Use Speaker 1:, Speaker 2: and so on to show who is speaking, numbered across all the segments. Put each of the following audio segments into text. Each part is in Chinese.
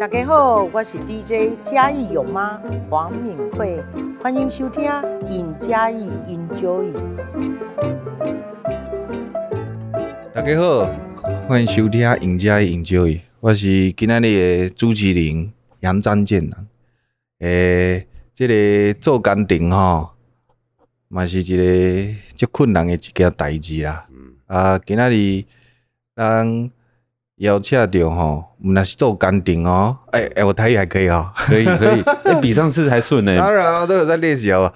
Speaker 1: 大家好，我是 DJ 嘉义有妈黄敏慧，欢迎收听《尹嘉义 Enjoy》。
Speaker 2: 大家好，欢迎收听《赢家的赢酒》，我是今仔日的主持人杨占建人。诶、即、个做工程吼，嘛是一个足困难的一件代志啦。啊，今仔日咱邀请到吼，毋若是做工程哦，诶、诶、我台语还可以哦。
Speaker 3: 可以可以，哎、比上次还顺呢、
Speaker 2: 当然啊，都有在练习哦。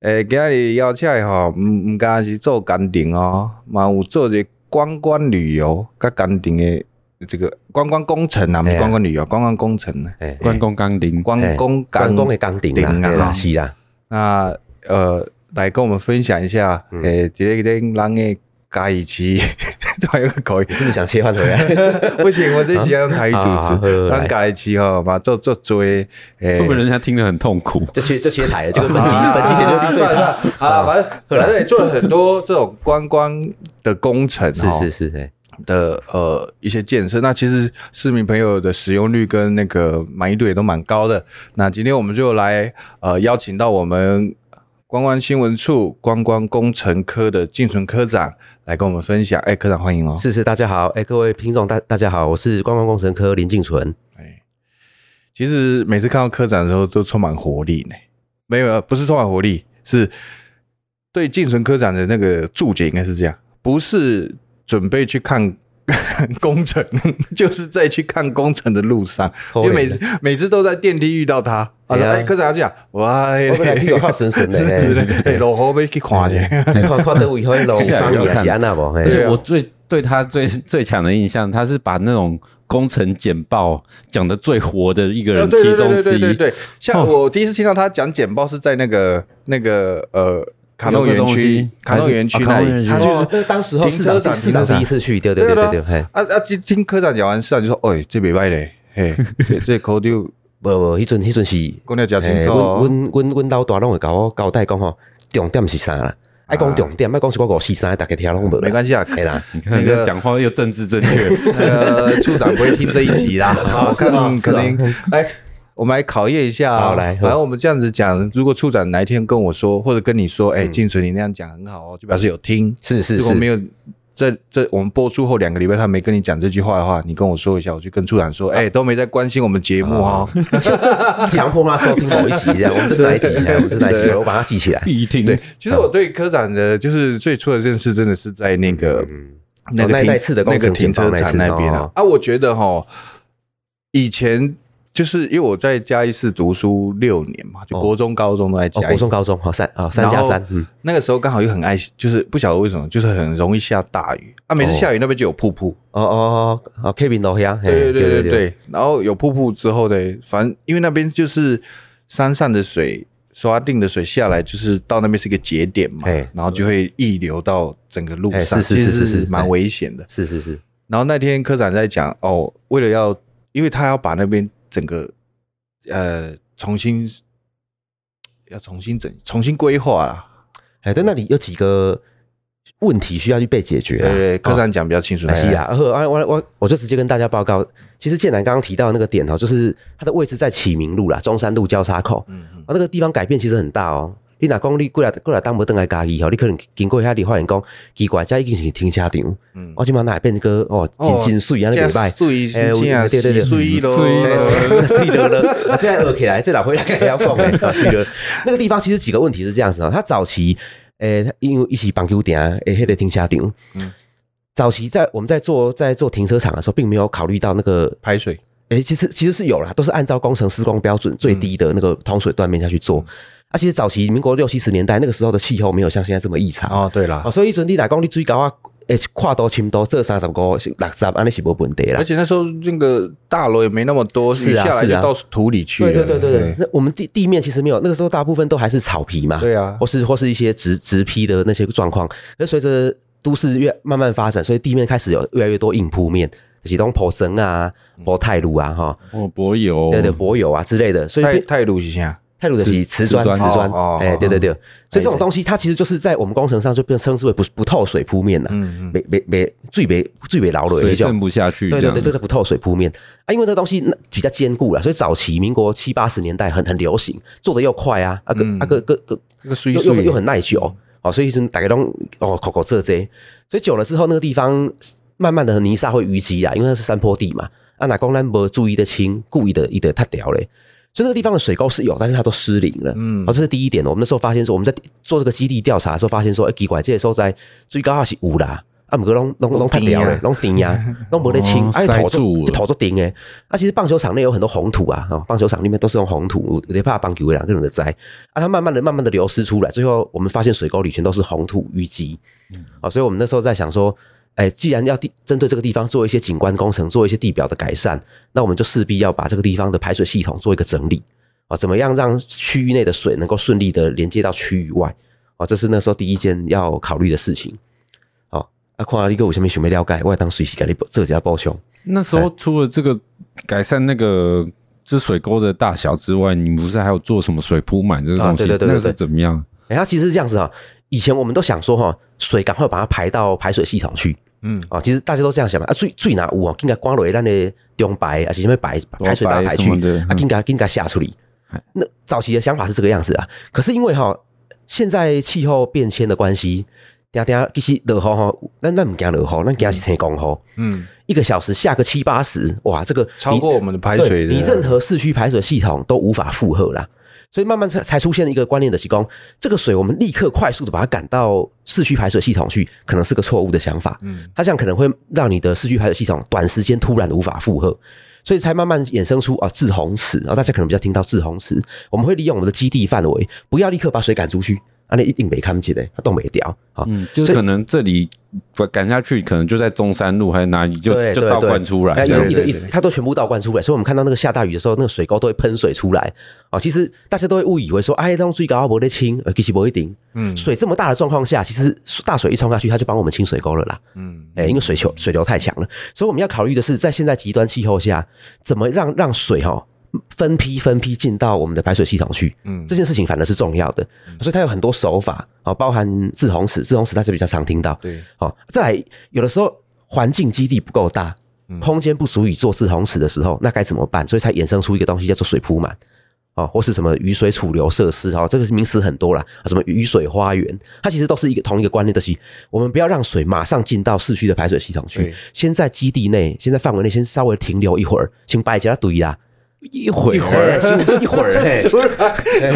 Speaker 2: 诶、今日邀请的吼，毋毋敢是做工程哦，嘛有做一个观光旅游甲工程的这个观光工程啊，毋是
Speaker 4: 嘿啊
Speaker 2: 观光旅游，观光工程呢，
Speaker 4: 哎，
Speaker 3: 关公刚顶，
Speaker 2: 观光工
Speaker 4: 关公的
Speaker 2: 程。
Speaker 4: 钢顶啦，
Speaker 2: 顶啊
Speaker 4: 对
Speaker 2: 哦
Speaker 4: 啦，是啦，
Speaker 2: 那呃，来跟我们分享一下，诶、
Speaker 4: 嗯
Speaker 2: 一个一个人的家己 期，还有可以。
Speaker 4: 是不是想切换回来？
Speaker 2: 不行，我这集要用台语主
Speaker 4: 啊
Speaker 2: 持。
Speaker 4: 好好
Speaker 2: 咱
Speaker 4: 来
Speaker 2: 家己期吼嘛做做做诶，
Speaker 3: 会不会人家听得很痛苦？
Speaker 4: 这切这切台了，这个本
Speaker 2: 本
Speaker 4: 集本集点
Speaker 2: 就
Speaker 4: 就定最差。
Speaker 2: 啊，反正反正也做了很多这种观光的工程、
Speaker 4: 是
Speaker 2: 哦，
Speaker 4: 是是，哎，
Speaker 2: 的呃一些建设。那其实市民朋友的使用率跟那个满意度也都蛮高的。那今天我们就来呃邀请到我们观光新闻处观光工程科的静存科长来跟我们分享。哎，科长欢迎哦。
Speaker 4: 是是，大家好，哎，各位听众大大家好，我是观光工程科林静纯，
Speaker 2: 哎，其实每次看到科长的时候都充满活力呢。没有，呃不是充满活力，是对静存科长的那个注解应该是这样，不是准备去看 工程， 就是在去看工程的路上，因为每每次都在电梯遇到他。啊，
Speaker 4: 哎呀
Speaker 2: 哎，科长要讲，哇，
Speaker 4: 我本来听有靠神神的，哎，
Speaker 2: 哎，老侯要去看一下。
Speaker 4: 哎看看得以后龙
Speaker 3: 吓一
Speaker 4: 帮
Speaker 3: 跳
Speaker 4: 你啊，
Speaker 3: 看
Speaker 4: 是安娜不？哎
Speaker 3: 而，且
Speaker 2: 啊
Speaker 3: 我最对他最最强的印象，他是把那种工程简报讲的最活的一个
Speaker 2: 呃
Speaker 3: 人
Speaker 2: 对
Speaker 3: 其
Speaker 2: 对对
Speaker 3: 中
Speaker 2: 对对
Speaker 3: 之一。哦
Speaker 2: 对，像我第一次听到他讲简报是在那个那个呃卡
Speaker 3: 有
Speaker 2: 诺
Speaker 3: 个
Speaker 2: 园
Speaker 3: 东
Speaker 2: 区
Speaker 3: 西，
Speaker 2: 卡诺
Speaker 3: 还是
Speaker 2: 园区
Speaker 3: 啊卡
Speaker 2: 那
Speaker 3: 诺园
Speaker 2: 里，
Speaker 3: 区
Speaker 2: 他就
Speaker 4: 哦
Speaker 2: 是，
Speaker 4: 那当时候
Speaker 2: 停
Speaker 4: 市
Speaker 2: 车场
Speaker 4: 长
Speaker 2: 停
Speaker 4: 第市
Speaker 2: 车
Speaker 4: 长
Speaker 2: 场
Speaker 4: 第一次去，对对对对对，嘿，
Speaker 2: 啊啊！听听科长讲完事啊，就说：“哎、这袂歹嘞， 嘿，这这口丢
Speaker 4: 不不，迄阵迄阵是
Speaker 2: 讲了真清
Speaker 4: 诶，
Speaker 2: 楚、
Speaker 3: 哎
Speaker 4: 阮
Speaker 2: 哦。
Speaker 4: 阮阮阮老大拢会甲我交代讲吼，重点是啥啦？爱讲重点，爱讲是我五四三，大家听拢无 啦？
Speaker 2: 没关系啊，
Speaker 4: 系啦，
Speaker 3: 你看人
Speaker 2: 那
Speaker 3: 家
Speaker 2: 个
Speaker 3: 讲话又政治正确，
Speaker 2: 那个处长不会听这一集 啦。
Speaker 4: 好
Speaker 2: 我
Speaker 3: 哦
Speaker 4: 是啊
Speaker 2: 看
Speaker 4: 是
Speaker 2: 可
Speaker 4: 啊
Speaker 2: 能哎，我们来考验一下、
Speaker 4: 好来
Speaker 2: 反正我们这样子讲，如果处长哪一天跟我说，或者跟你说，
Speaker 3: 嗯
Speaker 2: 哎，静水你那样讲很好哦，就表示有听。
Speaker 4: 是是
Speaker 2: 如果
Speaker 4: 是
Speaker 2: 没。有这这我们播出后两个礼拜他没跟你讲这句话的话，你跟我说一下，我就跟处长说，
Speaker 4: 啊
Speaker 2: 哎，都没在关心我们节目 哦。
Speaker 4: 强迫他收听某一集，这样我们这是哪一集？哎我们这是哪一集？我把它 记起来。
Speaker 3: 必听。
Speaker 2: 对，其
Speaker 4: 啊
Speaker 2: 实我对科长的，就是最初的认识，真的是在那个、那个
Speaker 4: 哦那
Speaker 2: 停、
Speaker 4: 那一次
Speaker 2: 那
Speaker 4: 的工
Speaker 2: 个
Speaker 4: 程
Speaker 2: 停
Speaker 4: 简报
Speaker 2: 车场那边
Speaker 4: 那一次
Speaker 2: 啊
Speaker 4: 哦。
Speaker 2: 啊，我觉得哈，以前就是因为我在嘉义市读书六年嘛，就
Speaker 4: 哦
Speaker 2: 国中、高中都在
Speaker 4: 哦，
Speaker 2: 嘉
Speaker 4: 国
Speaker 2: 义。
Speaker 4: 中、高中，好三啊，三加三，嗯，
Speaker 2: 那个时候刚好又很爱，就是不晓得为什么，就是很容易下大雨啊。每次
Speaker 4: 哦
Speaker 2: 下雨那边就有瀑布，
Speaker 4: 哦哦哦，Kevin 楼下，嘿
Speaker 2: 对对对对，对。然后有瀑布之后呢，反正因为那边就是山上的水，刷定的水下来，就是到那边是一个节点嘛
Speaker 4: 哎，
Speaker 2: 然后就会溢流到整个路上，
Speaker 4: 哎是是
Speaker 2: 其实
Speaker 4: 是是是
Speaker 2: 蛮危险的。
Speaker 4: 是是是，
Speaker 2: 然后那天科长在讲哦，为了要，因为他要把那边整个呃重新要重新整重新规划啦。
Speaker 4: 哎，在那里有几个问题需要去被解决
Speaker 2: 对
Speaker 4: 啊。
Speaker 2: 对对，科长讲比较清楚。
Speaker 4: 哎是啊，呵，啊我我我就直接跟大家报告，其实建南刚刚提到那个点哦，就是它的位置在启明路啦，中山路交叉口，
Speaker 2: 嗯，嗯
Speaker 4: 啊，那个地方改变其实很大哦。你若讲你过来过来当无登来家己吼，你可能经过遐你发现讲，奇怪，这已经是停车场，
Speaker 2: 嗯
Speaker 4: 我即满哪会变一个哦，真真水啊，那个礼拜。
Speaker 2: 水
Speaker 4: 哎我
Speaker 2: 真
Speaker 4: 对对对哎
Speaker 2: 是水咯，
Speaker 3: 水咯
Speaker 4: 是的了，这样讹起来，这老回来要送哎，是的。那个地方其实几个问题是这样子啊，它早期，诶，因为一起棒球店，诶，啊呃迄个停车场，
Speaker 2: 嗯
Speaker 4: 早期在我们在做在做停车场的时候，并没有考虑到那个，
Speaker 2: 排水。
Speaker 4: 诶，其实其实是有啦，都是按照工程施工标准最低的那个通水断面下去做。啊，其实早期民国六七十年代那个时候的气候没有像现在这么异常
Speaker 2: 哦，对啦
Speaker 4: 啊，，所以迄阵你来讲你最高啊，诶，跨度深度这三十五、是六十，安尼是无问题啦
Speaker 2: 而。且那时候那个大楼也没那么多，
Speaker 4: 是
Speaker 2: 雨
Speaker 4: 啊
Speaker 2: 下来
Speaker 4: 是
Speaker 2: 就啊
Speaker 4: 啊
Speaker 2: 到土里去了。
Speaker 4: 对对对对对，那我们地地面其实没有，那个时候大部分都还是草皮嘛，
Speaker 2: 对啊
Speaker 4: 或是或是一些直直批的那些状况。那随着都市越慢慢发展，所以地面开始有越来越多硬铺面，启动坡绳啊、
Speaker 2: 嗯
Speaker 4: 坡泰路啊、哈、
Speaker 2: 哦
Speaker 3: 我博友，
Speaker 4: 对对，柏油啊之类的，所以
Speaker 2: 泰
Speaker 4: 变
Speaker 2: 泰鲁是啥？
Speaker 4: 泰路的是
Speaker 3: 瓷
Speaker 4: 瓷砖、
Speaker 3: 瓷
Speaker 4: 瓷
Speaker 3: 砖
Speaker 4: 砖
Speaker 2: 哦哦，
Speaker 4: 哎，对对对，所
Speaker 2: 哎
Speaker 4: 以这种东西它其实就是在我们工程上就变称之为不不透水铺面了，
Speaker 2: 嗯嗯，
Speaker 4: 没没没最没最没劳累
Speaker 3: 水
Speaker 4: 那种
Speaker 3: 渗。不下去，
Speaker 4: 对
Speaker 3: 这
Speaker 4: 对
Speaker 3: 样
Speaker 4: 对，就是不透水铺面啊，因为那东西那几较坚固了。所以早期民国七八十年代很很流行，做的又快啊，啊个
Speaker 2: 嗯
Speaker 4: 啊个个个
Speaker 2: 那个水
Speaker 4: 又
Speaker 2: 水
Speaker 4: 又
Speaker 2: 的
Speaker 4: 又很耐久哦，所以就大概都哦口口这这，所以久了之后那个地方慢慢的泥沙会淤积啊，因为它是山坡地嘛。啊，哪公咱没注意的清，故意的一的太屌嘞。所以那个地方的水沟是有，但是它都失灵了。
Speaker 2: 嗯
Speaker 4: 哦，这是第一点。我们那时候发现说，我们在做这个基地调查的时候，发现说，哎、奇怪，这个时候在最高还是有啦，啊，不过拢拢拢太屌
Speaker 2: 拢
Speaker 4: 了
Speaker 2: 甜啊，
Speaker 4: 拢顶呀，拢没得清
Speaker 3: 哦，
Speaker 4: 哎、
Speaker 3: 塞
Speaker 4: 头
Speaker 3: 住
Speaker 4: 就
Speaker 3: 了
Speaker 4: 头就顶诶。啊，其实棒球场内有很多红土啊，哦，棒球场里面都是用红土，有有些怕棒球的人各种的灾啊，它慢慢的、慢慢的流失出来，最后我们发现水沟里全都是红土淤积。
Speaker 3: 嗯
Speaker 4: 啊，所以我们那时候在想说，哎，既然要地针对这个地方做一些景观工程，做一些地表的改善，那我们就势必要把这个地方的排水系统做一个整理啊，怎么样让区域内的水能够顺利的连接到区域外啊，这是那时候第一件要考虑的事情。哦，啊，看你个有什么想要了解，我会当随时给你这家报穷。
Speaker 3: 那时候除了这个改善那个这水沟的大小之外，你不是还有做什么水铺满这个东西？
Speaker 4: 啊对对对对
Speaker 3: 那个是
Speaker 4: 对
Speaker 3: 怎么样？
Speaker 4: 哎，它其实是这样子哈、以前我们都想说哈、水赶快把它排到排水系统去，
Speaker 2: 嗯
Speaker 4: 啊、其实大家都这样想嘛，啊，最最哪有哦，应该刮落咱的中白，还是什么白
Speaker 3: 白
Speaker 4: 排水大排
Speaker 3: 什
Speaker 4: 去
Speaker 3: 么的，
Speaker 4: 啊，
Speaker 3: 嗯
Speaker 4: 应该应该下处理
Speaker 3: 哎。
Speaker 4: 那早期的想法是这个样子啊，可是因为哈，现在气候变迁的关系，嗲嗲其实落雨哈，咱咱唔惊落雨，咱惊是天公雨，
Speaker 2: 嗯，
Speaker 4: 一个小时下个七八十，哇，这个
Speaker 2: 超过我们的排水的，
Speaker 4: 对你任何市区排水系统都无法负荷啦。所以慢慢才才出现一个观念的提供，这个水我们立刻快速的把它赶到市区排水系统去，可能是个错误的想法。
Speaker 2: 嗯
Speaker 4: 它这样可能会让你的市区排水系统短时间突然的无法负荷，所以才慢慢衍生出啊滞洪池，然后大家可能比较听到滞洪池，我们会利用我们的基地范围，不要立刻把水赶出去，啊，那一定没看不起的，它冻没掉啊。
Speaker 3: 嗯，就是
Speaker 4: 所以
Speaker 3: 可能这里赶下去，可能就在中山路还是哪里，就
Speaker 4: 对
Speaker 3: 就
Speaker 4: 对
Speaker 3: 倒
Speaker 4: 对
Speaker 3: 灌出来
Speaker 4: 哎
Speaker 3: 这样
Speaker 4: 一一
Speaker 3: 子。
Speaker 4: 一
Speaker 2: 对对
Speaker 4: 它都全部倒灌出来，所以我们看到那个下大雨的时候，那个水沟都会喷水出来啊。其实大家都会误以为说，哎，当最高不得清，呃，其实不一定。
Speaker 2: 嗯
Speaker 4: 水这么大的状况下，其实大水一冲下去，它就帮我们清水沟了啦。
Speaker 2: 嗯
Speaker 4: 哎、因为水球水流太强了，所以我们要考虑的是，在现在极端气候下，怎么让让水哈、分批分批进到我们的排水系统去，
Speaker 2: 嗯
Speaker 4: 这件事情反而是重要的。所以它有很多手法啊、哦，包含滞洪池，滞洪池大家比较常听到。
Speaker 2: 对
Speaker 4: 哦，再来，有的时候环境基地不够大
Speaker 2: 嗯，
Speaker 4: 空间不足以做滞洪池的时候，那该怎么办？所以才衍生出一个东西叫做水铺满。哦，或是什么雨水储留设施，哦，这个名词很多啦，啊什么雨水花园，它其实都是一个同一个观念，就是我们不要让水马上进到市区的排水系统去
Speaker 2: 对，
Speaker 4: 先在基地内，先在范围内先稍微停留一会儿，先摆一下堆啦，
Speaker 3: 一会一
Speaker 4: 一会儿，先一会儿，嘿，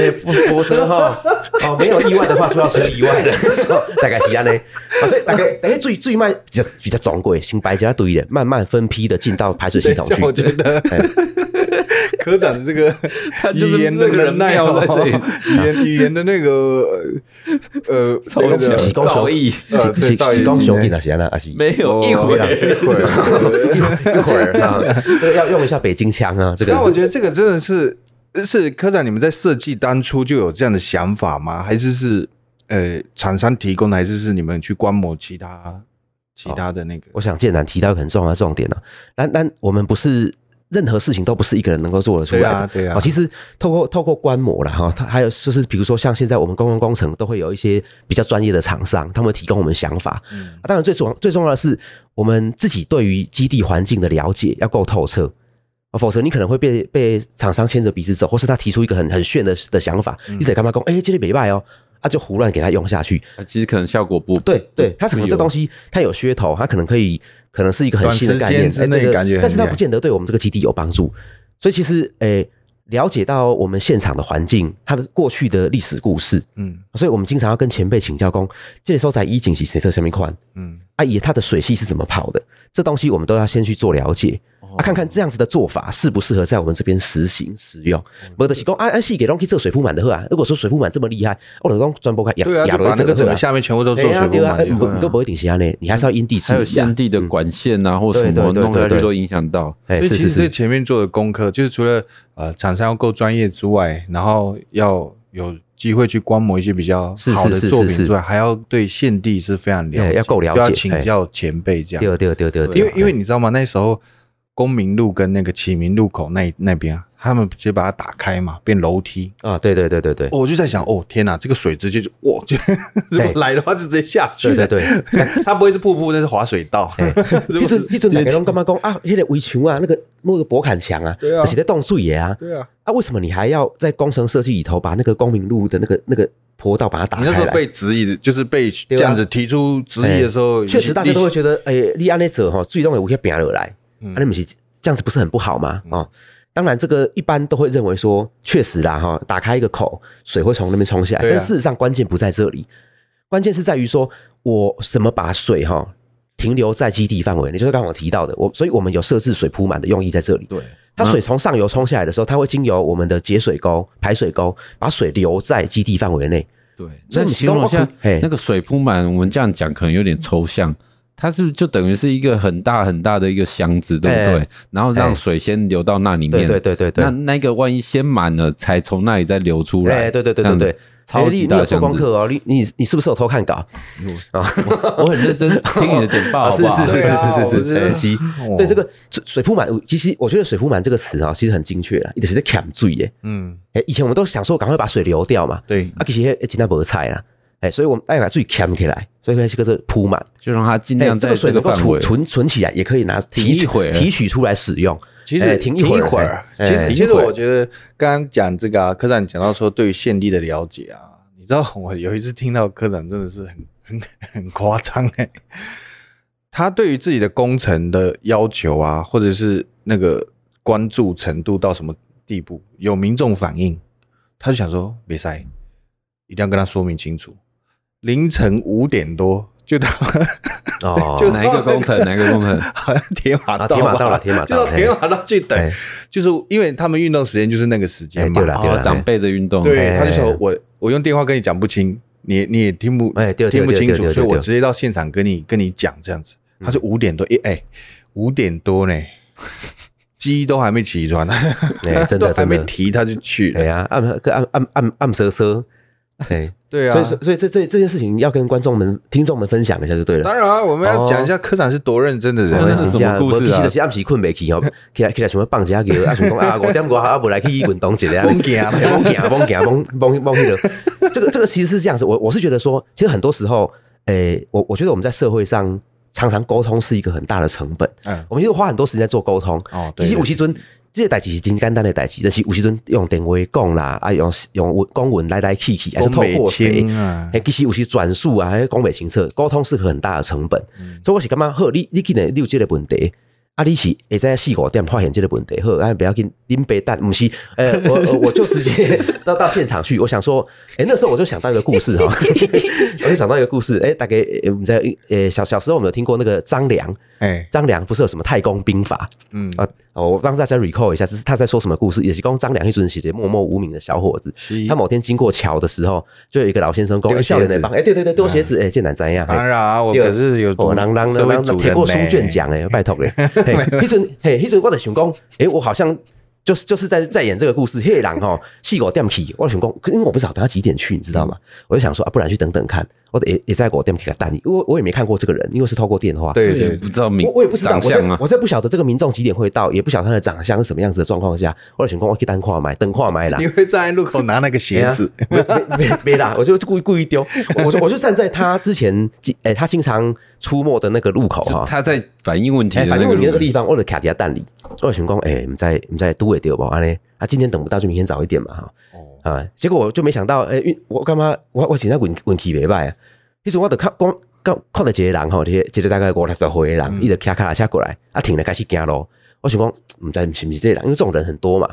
Speaker 4: 哎，不否则哈，哦，没有意外的话就要出意外了，哦大概是这样呢。啊，所以大概大概最最慢比较比较总归，先摆一下堆的，慢慢分批的进到排水系统
Speaker 2: 等一下我
Speaker 4: 去。
Speaker 2: 觉得
Speaker 4: 哎
Speaker 2: 科长这个
Speaker 3: 他就
Speaker 2: 语
Speaker 3: 是
Speaker 2: 言
Speaker 3: 那
Speaker 2: 的
Speaker 3: 个人
Speaker 2: 能耐
Speaker 3: 妙
Speaker 2: 哦
Speaker 3: 在这里，
Speaker 2: 语言语言的那个呃
Speaker 3: 超
Speaker 2: 那
Speaker 3: 级
Speaker 2: 个
Speaker 4: 是高
Speaker 3: 造
Speaker 4: 雄
Speaker 3: 诣哎
Speaker 2: 呃对
Speaker 4: 是
Speaker 2: 造诣
Speaker 4: 是讲
Speaker 2: 很
Speaker 4: 雄
Speaker 2: 厉害
Speaker 4: 性啊，是安那还是
Speaker 3: 没有
Speaker 2: 哦
Speaker 3: 一会
Speaker 2: 一
Speaker 3: 儿，
Speaker 2: 会儿
Speaker 4: 一会儿啊，这个要用一下北京腔啊，这个
Speaker 2: 那我觉得这个真的是是科长，你们在设计当初就有这样的想法吗？还是是呃厂商提供的，还是是你们去观摩其他其他的那个？
Speaker 4: 哦我想建南提到一个很重要的重点呢、啊，但但我们不是任何事情都不是一个人能够做得出来的。
Speaker 2: 对啊对啊
Speaker 4: 哦其实透过透过观摩了哈，它还有就是比如说像现在我们公共工程都会有一些比较专业的厂商，他们会提供我们想法。啊
Speaker 2: 嗯
Speaker 4: 当然最重最重要的是我们自己对于基地环境的了解要够透彻。哦否则你可能会被被厂商牵着鼻子走，或是他提出一个很很炫的的想法，
Speaker 2: 嗯
Speaker 4: 你得干嘛讲？哎、这里没卖哦，啊就胡乱给他用下去，
Speaker 3: 哎其实可能效果不
Speaker 4: 对对，
Speaker 2: 嗯
Speaker 4: 它可能这东西它有噱头，它可能可以，可能是一个很新的概念，
Speaker 2: 短时间之内
Speaker 4: 哎对对
Speaker 2: 感觉很
Speaker 4: 但是它
Speaker 2: 厉害
Speaker 4: 不见得对我们这个基地有帮助。所以其实，诶、了解到我们现场的环境，它的过去的历史故事，
Speaker 2: 嗯
Speaker 4: 所以我们经常要跟前辈请教公，这里时候在一景是谁这下面款
Speaker 2: 嗯
Speaker 4: 啊，也它的水系是怎么跑的，这东西我们都要先去做了解。
Speaker 2: 哦
Speaker 4: 啊，看看这样子的做法适不适合在我们这边实行使用。
Speaker 2: 嗯
Speaker 4: 没得是讲，安安系给东西这水铺满的喝啊。如果说水铺满这么厉害，哦我老公专播看亚
Speaker 2: 对啊，
Speaker 4: 亚
Speaker 2: 就
Speaker 4: 罗
Speaker 2: 把那个整
Speaker 4: 怎么
Speaker 2: 个下面全部都做
Speaker 4: 对啊
Speaker 2: 水
Speaker 4: 对
Speaker 2: 沟
Speaker 4: 啊
Speaker 2: 嘛，，
Speaker 4: 不，你都不一定是安尼，你还是要因地制
Speaker 3: 还有
Speaker 4: 宜啊
Speaker 3: 先。地的管线啊，或
Speaker 4: 对
Speaker 3: 什么
Speaker 4: 对对
Speaker 3: 弄下
Speaker 4: 对
Speaker 3: 去
Speaker 4: 对
Speaker 3: 都影响到。
Speaker 4: 哎，
Speaker 2: 所以
Speaker 4: 是
Speaker 2: 其
Speaker 4: 是
Speaker 2: 实这
Speaker 4: 是，
Speaker 2: 前面做的功课，就是除了呃厂商要够专业之外，然后要有机会去观摩一些比较
Speaker 4: 是
Speaker 2: 好的
Speaker 4: 是是
Speaker 2: 作
Speaker 4: 是
Speaker 2: 品
Speaker 4: 是
Speaker 2: 之外，还要对现地是非常了
Speaker 4: 哎
Speaker 2: 解，
Speaker 4: 要够了
Speaker 2: 就要
Speaker 4: 解
Speaker 2: 请
Speaker 4: 哎
Speaker 2: 教前辈这样。啊
Speaker 4: 对对对对，
Speaker 2: 因为因为你知道吗？那时候公民路跟那个启明路口那那边啊，他们直接把它打开嘛，变楼梯。
Speaker 4: 啊，对对对对对
Speaker 2: 哦，我就在想，哦天哪，这个水直接就哇，就如果来的话就直接下去
Speaker 4: 对
Speaker 2: 了。
Speaker 4: 对对。
Speaker 2: 它不会是瀑布，那是滑水道。如
Speaker 4: 迄
Speaker 2: 果
Speaker 4: 阵 迄阵大家拢干嘛讲啊？迄、个围墙啊，那个那个博坎墙啊，
Speaker 2: 对啊
Speaker 4: 就是在动水的啊。
Speaker 2: 对啊，
Speaker 4: 啊，为什么你还要在工程设计里头把那个光明路的那个那个坡道把它打
Speaker 2: 你
Speaker 4: 开
Speaker 2: 那时候
Speaker 4: 来？
Speaker 2: 被质疑，就是被这
Speaker 4: 啊
Speaker 2: 样子提出质疑的时候，
Speaker 4: 确实，大家都会
Speaker 2: 你
Speaker 4: 觉得，哎、你安内者哈，最终也无些变落来，安内不是这样子，不是很不好吗？哦，当然，这个一般都会认为说，确实啦哈，打开一个口，水会从那边冲下来，
Speaker 2: 对啊
Speaker 4: 但事实上关键不在这里，关键是在于说我怎么把水哈停留在基地范围，你就是刚刚我提到的，我所以我们有设置水铺满的用意在
Speaker 3: 嗯
Speaker 4: 这里。
Speaker 2: 对
Speaker 4: 它水从上游冲下来的时候，它会经由我们的节水沟、排水沟，把水留在基地范围内。
Speaker 3: 对，
Speaker 4: 所
Speaker 3: 那
Speaker 4: 以你
Speaker 3: 形容一下
Speaker 4: 刚刚嘿
Speaker 3: 那个水铺满，我们这样讲可能有点抽象，它是不是就等于是一个很大很大的一个箱子，对不对
Speaker 4: 哎？
Speaker 3: 然后让
Speaker 4: 哎
Speaker 3: 水先流到那里
Speaker 4: 对
Speaker 3: 面，
Speaker 4: 对对对对
Speaker 3: 那。那个万一先满了，才从那里再流出
Speaker 4: 哎，
Speaker 3: 来，
Speaker 4: 对对对
Speaker 3: 这
Speaker 4: 对
Speaker 3: 样子
Speaker 4: 对，
Speaker 3: 超
Speaker 4: 哎你
Speaker 3: 级
Speaker 4: 你
Speaker 3: 大
Speaker 4: 有
Speaker 3: 的
Speaker 4: 做
Speaker 3: 箱
Speaker 4: 功
Speaker 3: 子。
Speaker 4: 课哦，你你你是不是有偷看稿？
Speaker 3: 我很认真听你的简 报，好
Speaker 4: 是
Speaker 3: 不好？
Speaker 4: 是是
Speaker 2: 对啊
Speaker 4: 是是是
Speaker 2: 我知道
Speaker 4: 是，是
Speaker 2: 哦
Speaker 4: 对这个水水铺满，其实我觉得水铺满这个词啊，其实很精确啊，就是在砍水耶。
Speaker 2: 嗯，
Speaker 4: 哎，以前我们都想说赶快把水流掉嘛，
Speaker 2: 对，
Speaker 4: 啊，其实哎今天不菜啦，哎，所以我们哎把水砍起来，所以这个是铺满，
Speaker 3: 就让它尽
Speaker 4: 哎，
Speaker 3: 量
Speaker 4: 这
Speaker 3: 在
Speaker 4: 个水
Speaker 3: 这个
Speaker 4: 能够
Speaker 3: 范围
Speaker 4: 存。存存起来，也可以拿
Speaker 3: 停一
Speaker 4: 提取
Speaker 3: 会儿
Speaker 4: 提取出来使用。
Speaker 2: 其实
Speaker 4: 哎停一会儿
Speaker 2: 其
Speaker 4: 哎
Speaker 2: 实
Speaker 4: 哎
Speaker 2: 其
Speaker 4: 停
Speaker 2: 实
Speaker 4: 一会儿
Speaker 2: 我觉得刚刚讲这个啊，科长讲到说对于县地的了解啊，你知道我有一次听到科长真的是很 很很夸张哎，他对于自己的工程的要求啊，或者是那个关注程度到什么地步，有民众反映，他就想说别塞，一定要跟他说明清楚。凌晨五点多就到
Speaker 4: 哦，
Speaker 2: 就
Speaker 3: 哪一个工 程？哪一个工程？
Speaker 2: 好像铁马
Speaker 4: 啊
Speaker 2: 道吧，
Speaker 4: 铁马道了铁马 道
Speaker 2: 就到
Speaker 4: 嘿
Speaker 2: 铁马道去等
Speaker 4: 哎，
Speaker 2: 就是因为他们运动时间就是那个时间嘛，
Speaker 4: 哎对啦
Speaker 3: 哦，长辈的运动，
Speaker 2: 对，
Speaker 4: 哎
Speaker 2: 他就说我我用电话跟你讲不清，你你也听不
Speaker 4: 哎对对
Speaker 2: 听不清
Speaker 4: 对对
Speaker 2: 楚，
Speaker 4: 对
Speaker 2: 所以我
Speaker 4: 对
Speaker 2: 直接到现场跟你跟你讲这样子。他说五点多，哎哎，五点多呢，鸡都还没起床，
Speaker 4: 哎真的
Speaker 2: 都还没
Speaker 4: 真的
Speaker 2: 提他就去
Speaker 4: 哎
Speaker 2: 了，
Speaker 4: 呀，暗暗暗暗暗暗蛇蛇，哎，
Speaker 2: 对
Speaker 4: 所以
Speaker 2: 啊。
Speaker 4: 所以这这这件事情要跟观众们、听众们分享一下就对了。
Speaker 2: 当然啊，我们要讲一下科长是多认真的人
Speaker 3: 哦那
Speaker 2: 啊
Speaker 3: 是。什么故事啊
Speaker 4: 无其实就是暗时困袂去吼，起来起来想要放一下球，啊想讲 啊五点外啊无来去运动一下，
Speaker 2: 蹦行啊
Speaker 4: 蹦行蹦行蹦蹦蹦那个，这个这个其实是这样子，我我是觉得说，其实很多时候，诶、我我觉得我们在社会上常常沟通是一个很大的成本，
Speaker 2: 嗯
Speaker 4: 我们就花很多时间在做沟通，
Speaker 2: 哦，对
Speaker 4: 其实
Speaker 2: 对
Speaker 4: 有时阵，这个代志是真简单的代志，但是有时阵用电话讲啦，啊用用文公文来来去去，还是透过谁
Speaker 2: 讲不清啊？
Speaker 4: 哎，其实有时转述啊，还是讲不清楚，沟通是很大的成本。所以我是感觉好，你你既然你有这个问题，啊，你是会在四五点发现这个问题，好，啊，不要紧，拎白蛋，不是，呃，我我我就直接到到现场去。我想说，哎、那时候我就想到一个故事哈，我就想到一个故事，哎、大概呃我们在呃小小时候我们有听过那个张良，
Speaker 2: 哎，
Speaker 4: 张良不是有什么太公兵法？
Speaker 2: 嗯，
Speaker 4: 啊，哦我帮大家 recall 一下，这是他在说什么故事？也是讲张良一尊写的默默无名的小伙子
Speaker 2: 是，
Speaker 4: 他某天经过桥的时候，就有一个老先生
Speaker 2: 丢
Speaker 4: 讲：“
Speaker 2: 鞋
Speaker 4: 笑脸
Speaker 2: 子嗯
Speaker 4: 来帮，哎，对对对，丢鞋子，哎，这难怎样？”嘿
Speaker 2: 当然啊，我可是有
Speaker 4: 哦，人人人人
Speaker 2: 贴
Speaker 4: 摕过书卷，奖哎，拜托 嘞！嘿，迄阵嘿，迄阵我就想讲，哎，我好像就是就是在在演这个故事，嘿，人吼，四五点去，我就想讲，因为我不知道等他几点去，你知道
Speaker 2: 嗯
Speaker 4: 吗？我就想说啊，不然去等等看，我得也也在五点去给他等你，因为我我也没看过这个人，因为是透过电话，
Speaker 2: 对
Speaker 3: 也
Speaker 2: 对，
Speaker 3: 不知道名
Speaker 4: 我，我也不知道，
Speaker 3: 长
Speaker 4: 我在
Speaker 3: 相啊，
Speaker 4: 我在不晓得这个民众几点会到，也不晓得他的长相是什么样子的状况下，我的情况我可以单跨买，等跨买啦
Speaker 2: 你。会站在路口拿那个鞋子，
Speaker 4: 没没没没啦，我就故意故意丢，我我就我就站在他之前，哎、他经常出没的那个路口
Speaker 3: 就
Speaker 4: 哈，
Speaker 3: 他在反映问题
Speaker 4: 哎、
Speaker 3: 的
Speaker 4: 反
Speaker 3: 那
Speaker 4: 正
Speaker 3: 个
Speaker 4: 问题那
Speaker 3: 路
Speaker 4: 个
Speaker 3: 人
Speaker 4: 地方，我的卡底下蛋里，我的想讲，哎、我们在我们在都会丢吧，安尼啊，今天等不到就明天早一点嘛哈，啊，结果我就没想到，哎、运我干嘛，我我现在运运气袂歹啊，迄阵我就看光看看到一个人吼，一个一个大概五六十岁的人，伊、就骑脚踏车过来，啊停了开始行路，我想讲，唔知是不是这个人，因为这种人很多嘛，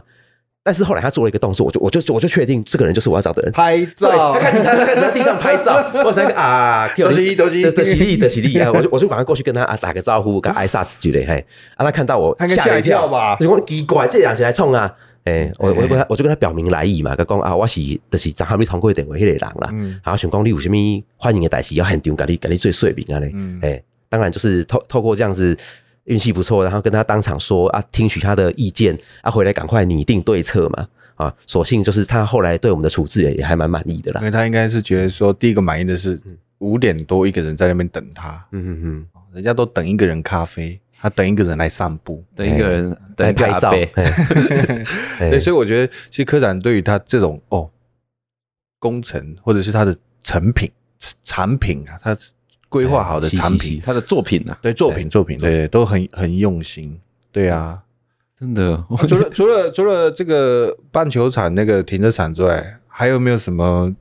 Speaker 4: 但是后来他做了一个动作，我就我就我就确定这个人就是我要找的人，
Speaker 2: 拍
Speaker 4: 对，
Speaker 2: 照
Speaker 4: 他，开始他他开始在地上拍 照，我三个啊，
Speaker 2: 都是一都是一
Speaker 4: 德西利德西利啊，我就我就马上过去跟他啊打个招呼，跟 挨萨斯之类嘿，啊他看到我
Speaker 2: 他应该
Speaker 4: 吓了
Speaker 2: 吓一跳吧哎
Speaker 4: 我就讲奇怪，这两谁来冲啊？诶，我我就跟他我就跟他表明来意嘛，佮讲啊，我是就是昨下面通过电话迄个人啦，
Speaker 2: 嗯
Speaker 4: 啊，我想讲你有啥物欢迎的代志，要现场甲你甲你做说明啊咧，
Speaker 2: 嗯
Speaker 4: 诶、当然就是透透过这样子运气不错，然后跟他当场说啊，听取他的意见啊，回来赶快拟定对策嘛。啊，所幸就是他后来对我们的处置也也还蛮满意的啦
Speaker 2: 因。为他应该是觉得说，第一个满意的是五点多一个人在那边等他，
Speaker 4: 嗯嗯嗯，
Speaker 2: 人家都等一个人咖啡，他等一个人来散步。
Speaker 3: 等一个人等
Speaker 4: 来
Speaker 3: 一个
Speaker 4: 哎拍
Speaker 3: 阿
Speaker 4: 照哎
Speaker 3: 伯，
Speaker 4: 嘿嘿
Speaker 2: 对，所以我觉得其实科展对于他这种哦工程或者是他的成品产品啊，他规划好的
Speaker 3: 嘻嘻
Speaker 2: 产
Speaker 3: 嘻
Speaker 2: 品，
Speaker 3: 他的作品 啊，
Speaker 2: 对作品作品，
Speaker 3: 作
Speaker 2: 对都很很用心。对啊，
Speaker 3: 真的，我
Speaker 2: 啊 除了除了除了这个棒球场那个停车场之外，还有没有什么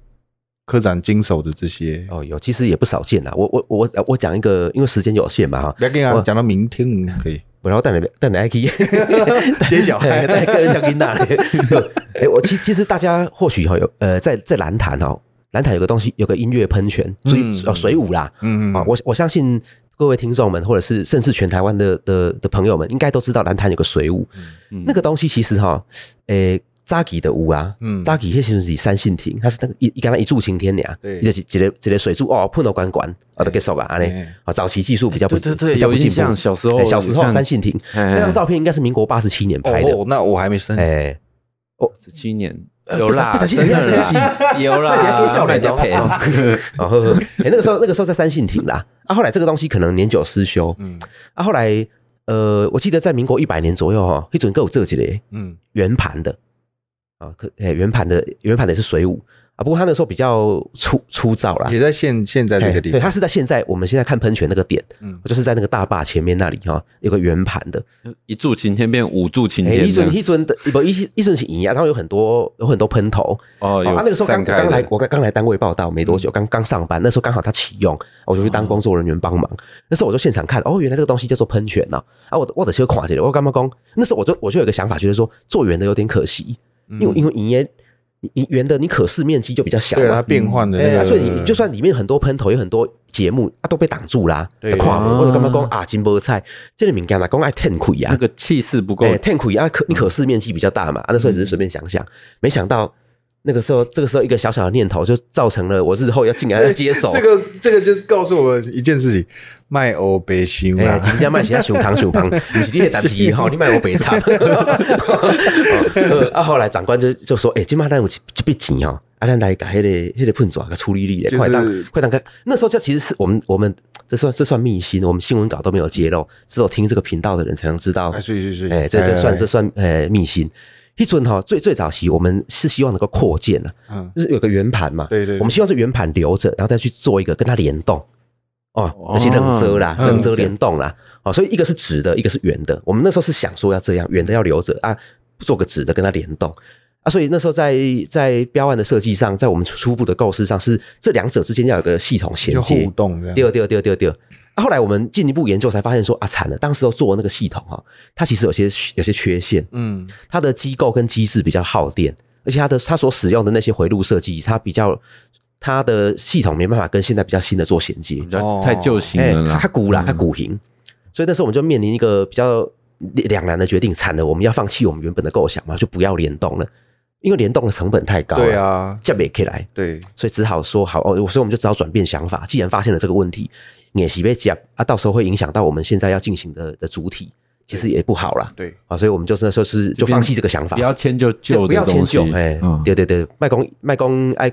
Speaker 2: 科长经手的这些？
Speaker 4: 哦，有，其实也不少见啦。我我我我讲一个，因为时间有限嘛哈，
Speaker 2: 不要跟
Speaker 4: 我
Speaker 2: 他讲到明天可 以。
Speaker 4: 然后带你带你来 去
Speaker 2: 接小孩
Speaker 4: 带个人讲给哪嘞？哎，我其其实大家或许哈有呃，在在蓝潭哈，蓝潭有个东西，有个音乐喷泉，水
Speaker 2: 嗯
Speaker 4: 哦水舞啦
Speaker 2: 嗯
Speaker 4: 啊，我我相信各位听众们，或者是甚至全台湾的的的朋友们，应该都知道蓝潭有个水舞，
Speaker 3: 嗯
Speaker 4: 那个东西其实哈，诶，扎吉的舞啊，
Speaker 2: 嗯
Speaker 4: 扎吉迄时阵是三信亭，它是那个一一刚刚一柱擎天俩，
Speaker 2: 对
Speaker 4: 就是一个一个水柱哦，喷到管管啊，都结束吧，安尼
Speaker 2: 哎
Speaker 4: 啊，早期技术比较不
Speaker 3: 对对对
Speaker 4: 比较不
Speaker 3: 有印
Speaker 4: 进步
Speaker 3: 象小时候
Speaker 4: 哎小时
Speaker 3: 有
Speaker 4: 候
Speaker 3: 印象
Speaker 4: 三信亭
Speaker 3: 哎
Speaker 4: 那张照片应该是民国八十七年拍的，
Speaker 2: 哦，那我还没生。
Speaker 4: 哎，
Speaker 3: 十七年
Speaker 4: 呃
Speaker 3: 有啦，
Speaker 4: 不是
Speaker 3: 真的
Speaker 4: 不是
Speaker 3: 啦，有啦，
Speaker 4: 人家给笑
Speaker 3: 卖
Speaker 4: 脸
Speaker 3: 人家赔
Speaker 4: 哦
Speaker 3: 啊，
Speaker 4: 哦呵呵，哎，那个时候那个时候在三信亭啦，啊，后来这个东西可能年久失修，
Speaker 2: 嗯
Speaker 4: 啊，后来呃，我记得在民国一百年左右哈，一准够有这几类。
Speaker 2: 嗯
Speaker 4: 圆盘的啊，可诶、圆盘的圆盘的也是水舞啊，不过它那时候比较粗粗糙啦
Speaker 2: 也。在现现在这
Speaker 4: 嘿
Speaker 2: 个地
Speaker 4: 对，它
Speaker 2: 方。
Speaker 4: 是在现在我们现在看喷泉那个点，
Speaker 2: 嗯
Speaker 4: 就是在那个大坝前面那里哈、有个圆盘的。
Speaker 3: 一柱擎天变五柱擎
Speaker 4: 哎、
Speaker 3: 天
Speaker 4: 一
Speaker 3: 这样
Speaker 4: 尊，一尊的不一一尊是银啊牙，然后有很多有很多喷头。
Speaker 3: 哦，
Speaker 4: 啊，
Speaker 3: 有
Speaker 4: 那个时候刚
Speaker 3: 散开
Speaker 4: 刚来
Speaker 3: 的，
Speaker 4: 我刚刚来单位报道没多久，
Speaker 2: 嗯
Speaker 4: 刚刚上班，那时候刚好它启用，
Speaker 2: 哦
Speaker 4: 我就去当工作人员帮忙。那时候我就现场看，哦，原来这个东西叫做喷泉呐、啊！我我的先垮起来，我干嘛讲？那时候我就我就有个想法，觉得说做圆的有点可惜，
Speaker 2: 嗯
Speaker 4: 因为因为银烟银圆的你可视面积就比较小
Speaker 2: 对啊，
Speaker 4: 嘛
Speaker 2: 它。变换的
Speaker 4: 哎
Speaker 2: 那
Speaker 4: 啊
Speaker 2: 个，
Speaker 4: 所以你就算里面很多喷头，有很多节目啊，都被挡住啦。
Speaker 2: 对
Speaker 4: 跨
Speaker 3: 啊
Speaker 4: 我就干嘛讲啊，金波菜，这个敏感啦，讲爱天啊亏呀
Speaker 3: 那，个气势不够
Speaker 4: 哎，天亏啊，可你
Speaker 2: 嗯
Speaker 4: 可视面积比较大嘛，啊，那时候也只是随便想想，没想到那个时候，这个时候一个小小的念头就造成了我日后要进来要接 手
Speaker 2: 这个这个就告诉我们一件事情：卖欧北啊修
Speaker 4: 哎，
Speaker 2: 啦，
Speaker 4: 真正卖是遐上堂上旁，不是你的代志吼，你卖我白惨。 哦啊，后来长官就就说，哎，今麦咱有一一笔钱吼，啊，咱来把迄个迄个喷纸给处理理
Speaker 2: 就
Speaker 4: 的，
Speaker 2: 是
Speaker 4: 快当快当个。那时候这其实是我们我们这算这算秘辛，我们新闻稿都没有揭露，只有听这个频道的人才能知道
Speaker 2: 哎，。所以所以，
Speaker 4: 哎，这这算这
Speaker 2: 是，
Speaker 4: 算呃秘辛。一准哈，最最早期我们是希望能够扩建啊，
Speaker 2: 嗯，
Speaker 4: 就是有个圆盘嘛，
Speaker 2: 对对对
Speaker 4: 我们希望这圆盘留着，然后再去做一个跟它联动。哦，那些棱遮啦、
Speaker 2: 哦
Speaker 4: 棱遮联动啦，哦，所以一个是直的，一个是圆的。我们那时候是想说要这样，圆的要留着啊，做个直的跟它联动啊。所以那时候在在标案的设计上，在我们初初步的构思上，是这两者之间要有个系统衔
Speaker 2: 就
Speaker 4: 接
Speaker 2: 互。动这样。
Speaker 4: 对哦对对对对。啊后来我们进一步研究才发现说啊，惨了，当时候做那个系统哈、哦，它其实有些有些缺陷。
Speaker 2: 嗯，
Speaker 4: 它的机构跟机制比较耗电，而且它的它所使用的那些回路设计，它比较它的系统没办法跟现在比较新的做衔接
Speaker 3: 比，较
Speaker 2: 哦
Speaker 3: 太旧型
Speaker 4: 哎
Speaker 3: 了，啦
Speaker 4: 它，古
Speaker 2: 嗯
Speaker 4: 啦，它古型，所以那时候我们就面临一个比较两难的决定，惨了，我们要放弃我们原本的构想嘛，就不要联动了，因为联动的成本太高了，
Speaker 2: 对，啊，
Speaker 4: 价不起来，
Speaker 2: 对，
Speaker 4: 所以只好说好哦，所以我们就只好转变想法。既然发现了这个问题，也是被讲啊，到时候会影响到我们现在要进行的的主体，其实也不好啦。
Speaker 2: 对，
Speaker 4: 啊，所以我们就是那时候是就放弃这个想法，
Speaker 3: 不要迁就旧
Speaker 4: 不
Speaker 3: 的
Speaker 4: 要
Speaker 3: 东
Speaker 4: 迁
Speaker 3: 西
Speaker 4: 就，，哎、
Speaker 3: 嗯
Speaker 4: 对对对，卖公卖公爱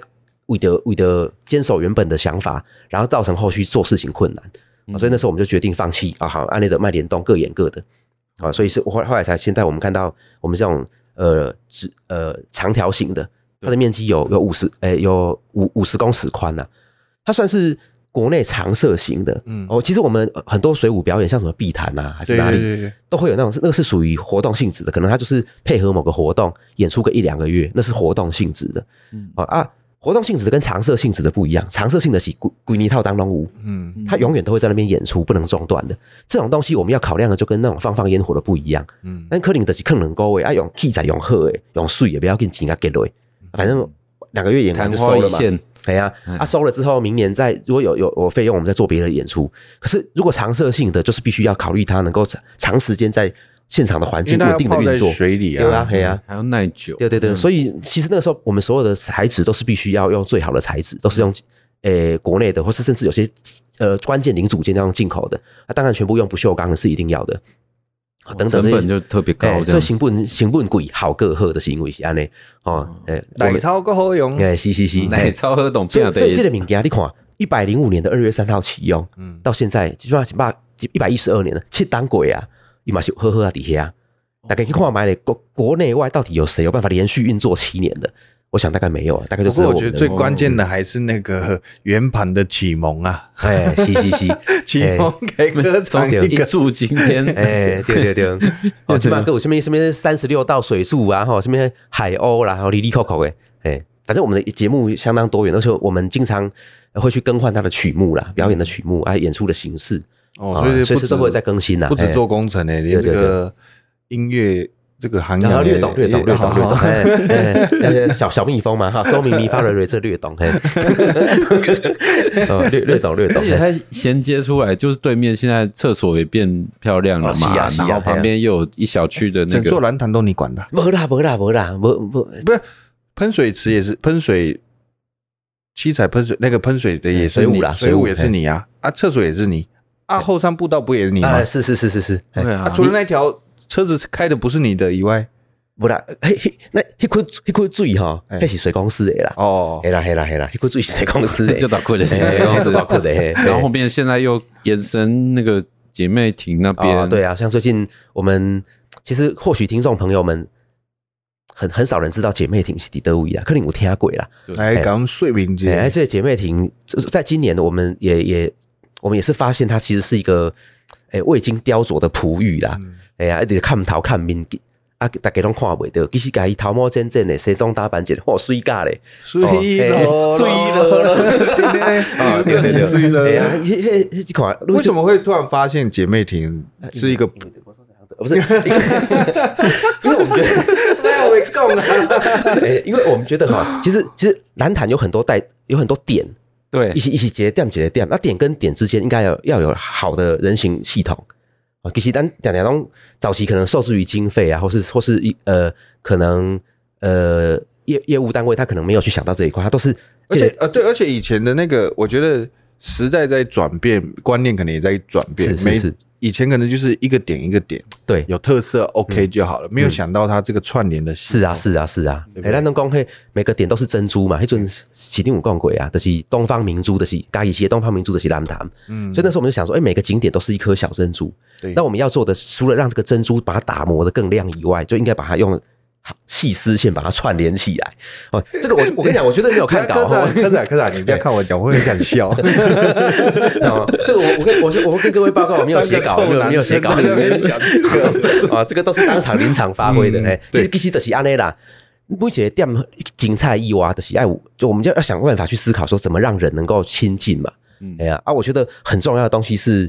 Speaker 4: 为的为的坚守原本的想法，然后造成后续做事情困难，啊
Speaker 3: 嗯
Speaker 4: 所以那时候我们就决定放弃啊，好，按那的卖联动各演各的啊，所以是后后来才现在我们看到我们这种呃直呃长条形的，它的面积有有五十哎有五五十公尺宽呐、它算是。国内常设型的，
Speaker 2: 嗯
Speaker 4: 哦，其实我们呃很多水舞表演，像什么碧潭啊，还是
Speaker 2: 对
Speaker 4: 哪里，
Speaker 2: 对对对，
Speaker 4: 都会有那种是那个是属于活动性质的，可能他就是配合某个活动演出个一两个月，那是活动性质的。
Speaker 3: 嗯
Speaker 4: 啊啊，活动性质的跟常设性质的不一样，常设性的是鬼鬼泥套当龙舞，
Speaker 2: 嗯
Speaker 4: 它永远都会在那边演出，不能中断的。这种东西我们要考量的就跟那种放放烟火的不一样。
Speaker 2: 嗯，
Speaker 4: 但可能就是坑人高位啊，用器材用好诶，用水也不要跟钱啊给落，反正两个月演完
Speaker 3: 昙
Speaker 4: 就
Speaker 3: 花
Speaker 4: 收了
Speaker 3: 嗯一
Speaker 4: 嘛。
Speaker 3: 现，
Speaker 4: 哎呀、啊，收了之后，明年再如果有有有费用，我们再做别的演出。可是如果常设性的，就是必须要考虑它能够长长时间在现场的环
Speaker 2: 因为
Speaker 4: 境
Speaker 2: 它
Speaker 4: 稳
Speaker 2: 要
Speaker 4: 定的
Speaker 2: 泡在
Speaker 4: 运作。
Speaker 2: 水里
Speaker 4: 对啊
Speaker 2: 啊，，嗯
Speaker 4: 哎呀、
Speaker 3: 还要耐久，
Speaker 4: 对啊对对，所以其实那个时候我们所有的材质都是必须要用最好的材质，都是用呃国内的，或是甚至有些呃关键零组件要用进口的。啊，当然全部用不锈钢的是一定要的。啊
Speaker 3: 哦
Speaker 4: 等等
Speaker 3: 成
Speaker 4: 这些，
Speaker 3: 本就特别高
Speaker 4: 哎，
Speaker 3: 这
Speaker 4: 所以
Speaker 3: 样
Speaker 4: 成本成本贵，好个好的是因为是安尼哦，哎，我
Speaker 2: 奶
Speaker 4: 们
Speaker 2: 超够好用，
Speaker 4: 哎，是是是，
Speaker 3: 奶超喝懂
Speaker 4: 所
Speaker 3: 变
Speaker 4: 以所以这
Speaker 3: 得
Speaker 4: 个物件你看，一百零五年的二月三号启用，哦
Speaker 2: 嗯，
Speaker 4: 到现在基本上把一百一十二年了，七当鬼啊，伊嘛是呵呵啊底下，大概去看买嘞，国国内外到底有谁有办法连续运作七年的？我想大概没有啊，大概就
Speaker 2: 不
Speaker 4: 是
Speaker 2: 过我
Speaker 4: 们
Speaker 2: 觉得
Speaker 4: 的
Speaker 2: 最关键的还是那个 圆盘的启蒙啊，
Speaker 4: 哎，是是是，
Speaker 2: 启蒙给歌
Speaker 3: 终
Speaker 2: 唱
Speaker 3: 点
Speaker 2: 一
Speaker 3: 一
Speaker 2: 个
Speaker 3: 柱擎天，
Speaker 4: 哎，对对对， 哦，起码跟我身边身边三十六道水柱啊，吼，身边海鸥啦，还有里里扣扣哎，哎，反正我们的节目相当多元，而且我们经常会去更换它的曲目啦，表演的曲目啊，演出的形式，
Speaker 2: 哦，所以
Speaker 4: 啊随
Speaker 2: 不止
Speaker 4: 时都会在更新啦，
Speaker 2: 不止
Speaker 4: 哎
Speaker 2: 做工程诶，连这
Speaker 4: 对对
Speaker 2: 个音乐这个行业
Speaker 4: 然后
Speaker 2: 也
Speaker 4: 略懂哎略懂
Speaker 2: 也
Speaker 4: 略懂
Speaker 2: 好
Speaker 4: 略
Speaker 2: 好
Speaker 4: 懂， 哎哎，哎小小蜜蜂嘛哈，收迷迷发瑞瑞这略懂，嘿， 哦略略懂略懂
Speaker 3: 而且，
Speaker 4: 嘿
Speaker 3: 它衔接出来，就是对面现在厕所也变漂亮了
Speaker 4: 哦是
Speaker 3: 嘛，
Speaker 4: 啊是啊啊
Speaker 3: 然后旁边又有一小区的那
Speaker 2: 整座
Speaker 3: 个，
Speaker 2: 蓝潭都你管的，
Speaker 4: 没啦没啦没啦，没没
Speaker 2: 不是喷水池也是喷水，七彩喷水那个喷水的也是
Speaker 4: 哎水
Speaker 2: 你
Speaker 4: 舞啦
Speaker 2: 水
Speaker 4: 水舞哎
Speaker 2: 舞也是你啊，啊厕所也是你啊后山步道不也是你吗
Speaker 4: 啊，？是是是是是，嘿
Speaker 3: 对啊
Speaker 2: 啊，除了那条车子开的不是你的以外，
Speaker 4: 无啦，迄迄那迄款迄款水吼，
Speaker 2: 哎
Speaker 4: 迄是水公司的啦，
Speaker 2: 哦
Speaker 4: 嘿啦嘿啦嘿啦，迄款水是水公司 的，
Speaker 3: 就倒库的，
Speaker 4: 嘿嘿嘿就倒库的嘿嘿
Speaker 3: 哎 然后后面现在又延伸那个姐妹亭那
Speaker 4: 哦
Speaker 3: 边，
Speaker 4: 对啊，像最近我们其实或许听众朋友们很很少人知道姐妹亭是伫倒位啊啦，可能有听过啦，
Speaker 2: 来讲睡眠节
Speaker 4: 哎，而且姐妹亭就是在今年我们也也我们也是发现它其实是一个哎未经雕琢的璞玉啦，哎呀，一直看头看面。啊，大家拢看袂到，其实家己头毛尖尖的，西装打扮一下，哇，水咖嘞！
Speaker 2: 哦睡了，
Speaker 4: 睡 了
Speaker 2: 真的，
Speaker 4: 啊，对对对，哎呀，迄迄迄几款，
Speaker 2: 为什么会突然发现姐妹亭是一个？
Speaker 4: 因为我说这样子不是，因为我们觉得，
Speaker 2: 我讲了，
Speaker 4: 哎因为我们觉得 哈，其实其实蓝潭有很多带有很多点，
Speaker 3: 对
Speaker 4: 一起一起节点节点，那点跟点之间应该有要有好的人行系统啊。其实咱讲讲拢早期可能受制于经费啊，或是或是一呃可能呃业业务单位他可能没有去想到这一块，他都是
Speaker 2: 而且呃，对，而且以前的那个，我觉得时代在转变，观念可能也在转变
Speaker 4: 是，是
Speaker 2: 没
Speaker 4: 是
Speaker 2: 以前可能就是一个点一个点，
Speaker 4: 对
Speaker 2: 有特色 OK 就好了，没有想到它这个串联的
Speaker 4: 是啊，是啊，是啊。哎，咱拢讲迄每个点都是珍珠嘛，迄阵起定有讲过啊，就是东方明珠，就是嘉义市的东方明珠，就是蓝潭。
Speaker 2: 嗯
Speaker 4: 所以那时候我们就想说，哎，每个景点都是一颗小珍珠。
Speaker 2: 对
Speaker 4: 那我们要做的，除了让这个珍珠把它打磨的更亮以外，就应该把它用好细丝线把它串联起来。 哦，这个我我跟你讲，我绝对没有看到。
Speaker 2: 科长，科长，科长，你不要看我讲，我很想笑。
Speaker 4: 哦这个我我跟我是我会跟各位报告，我没有写稿，我没有没有写稿，
Speaker 2: 三个臭男生在那边讲这个
Speaker 4: 啊，这个都是当场临场发挥的，
Speaker 2: 嗯
Speaker 4: 哎、
Speaker 2: 对
Speaker 4: 其实其实就是安尼啦。每一个店精彩意外的是哎，就我们就要想办法去思考说怎么让人能够亲近嘛。
Speaker 3: 嗯
Speaker 4: 哎呀啊，我觉得很重要的东西是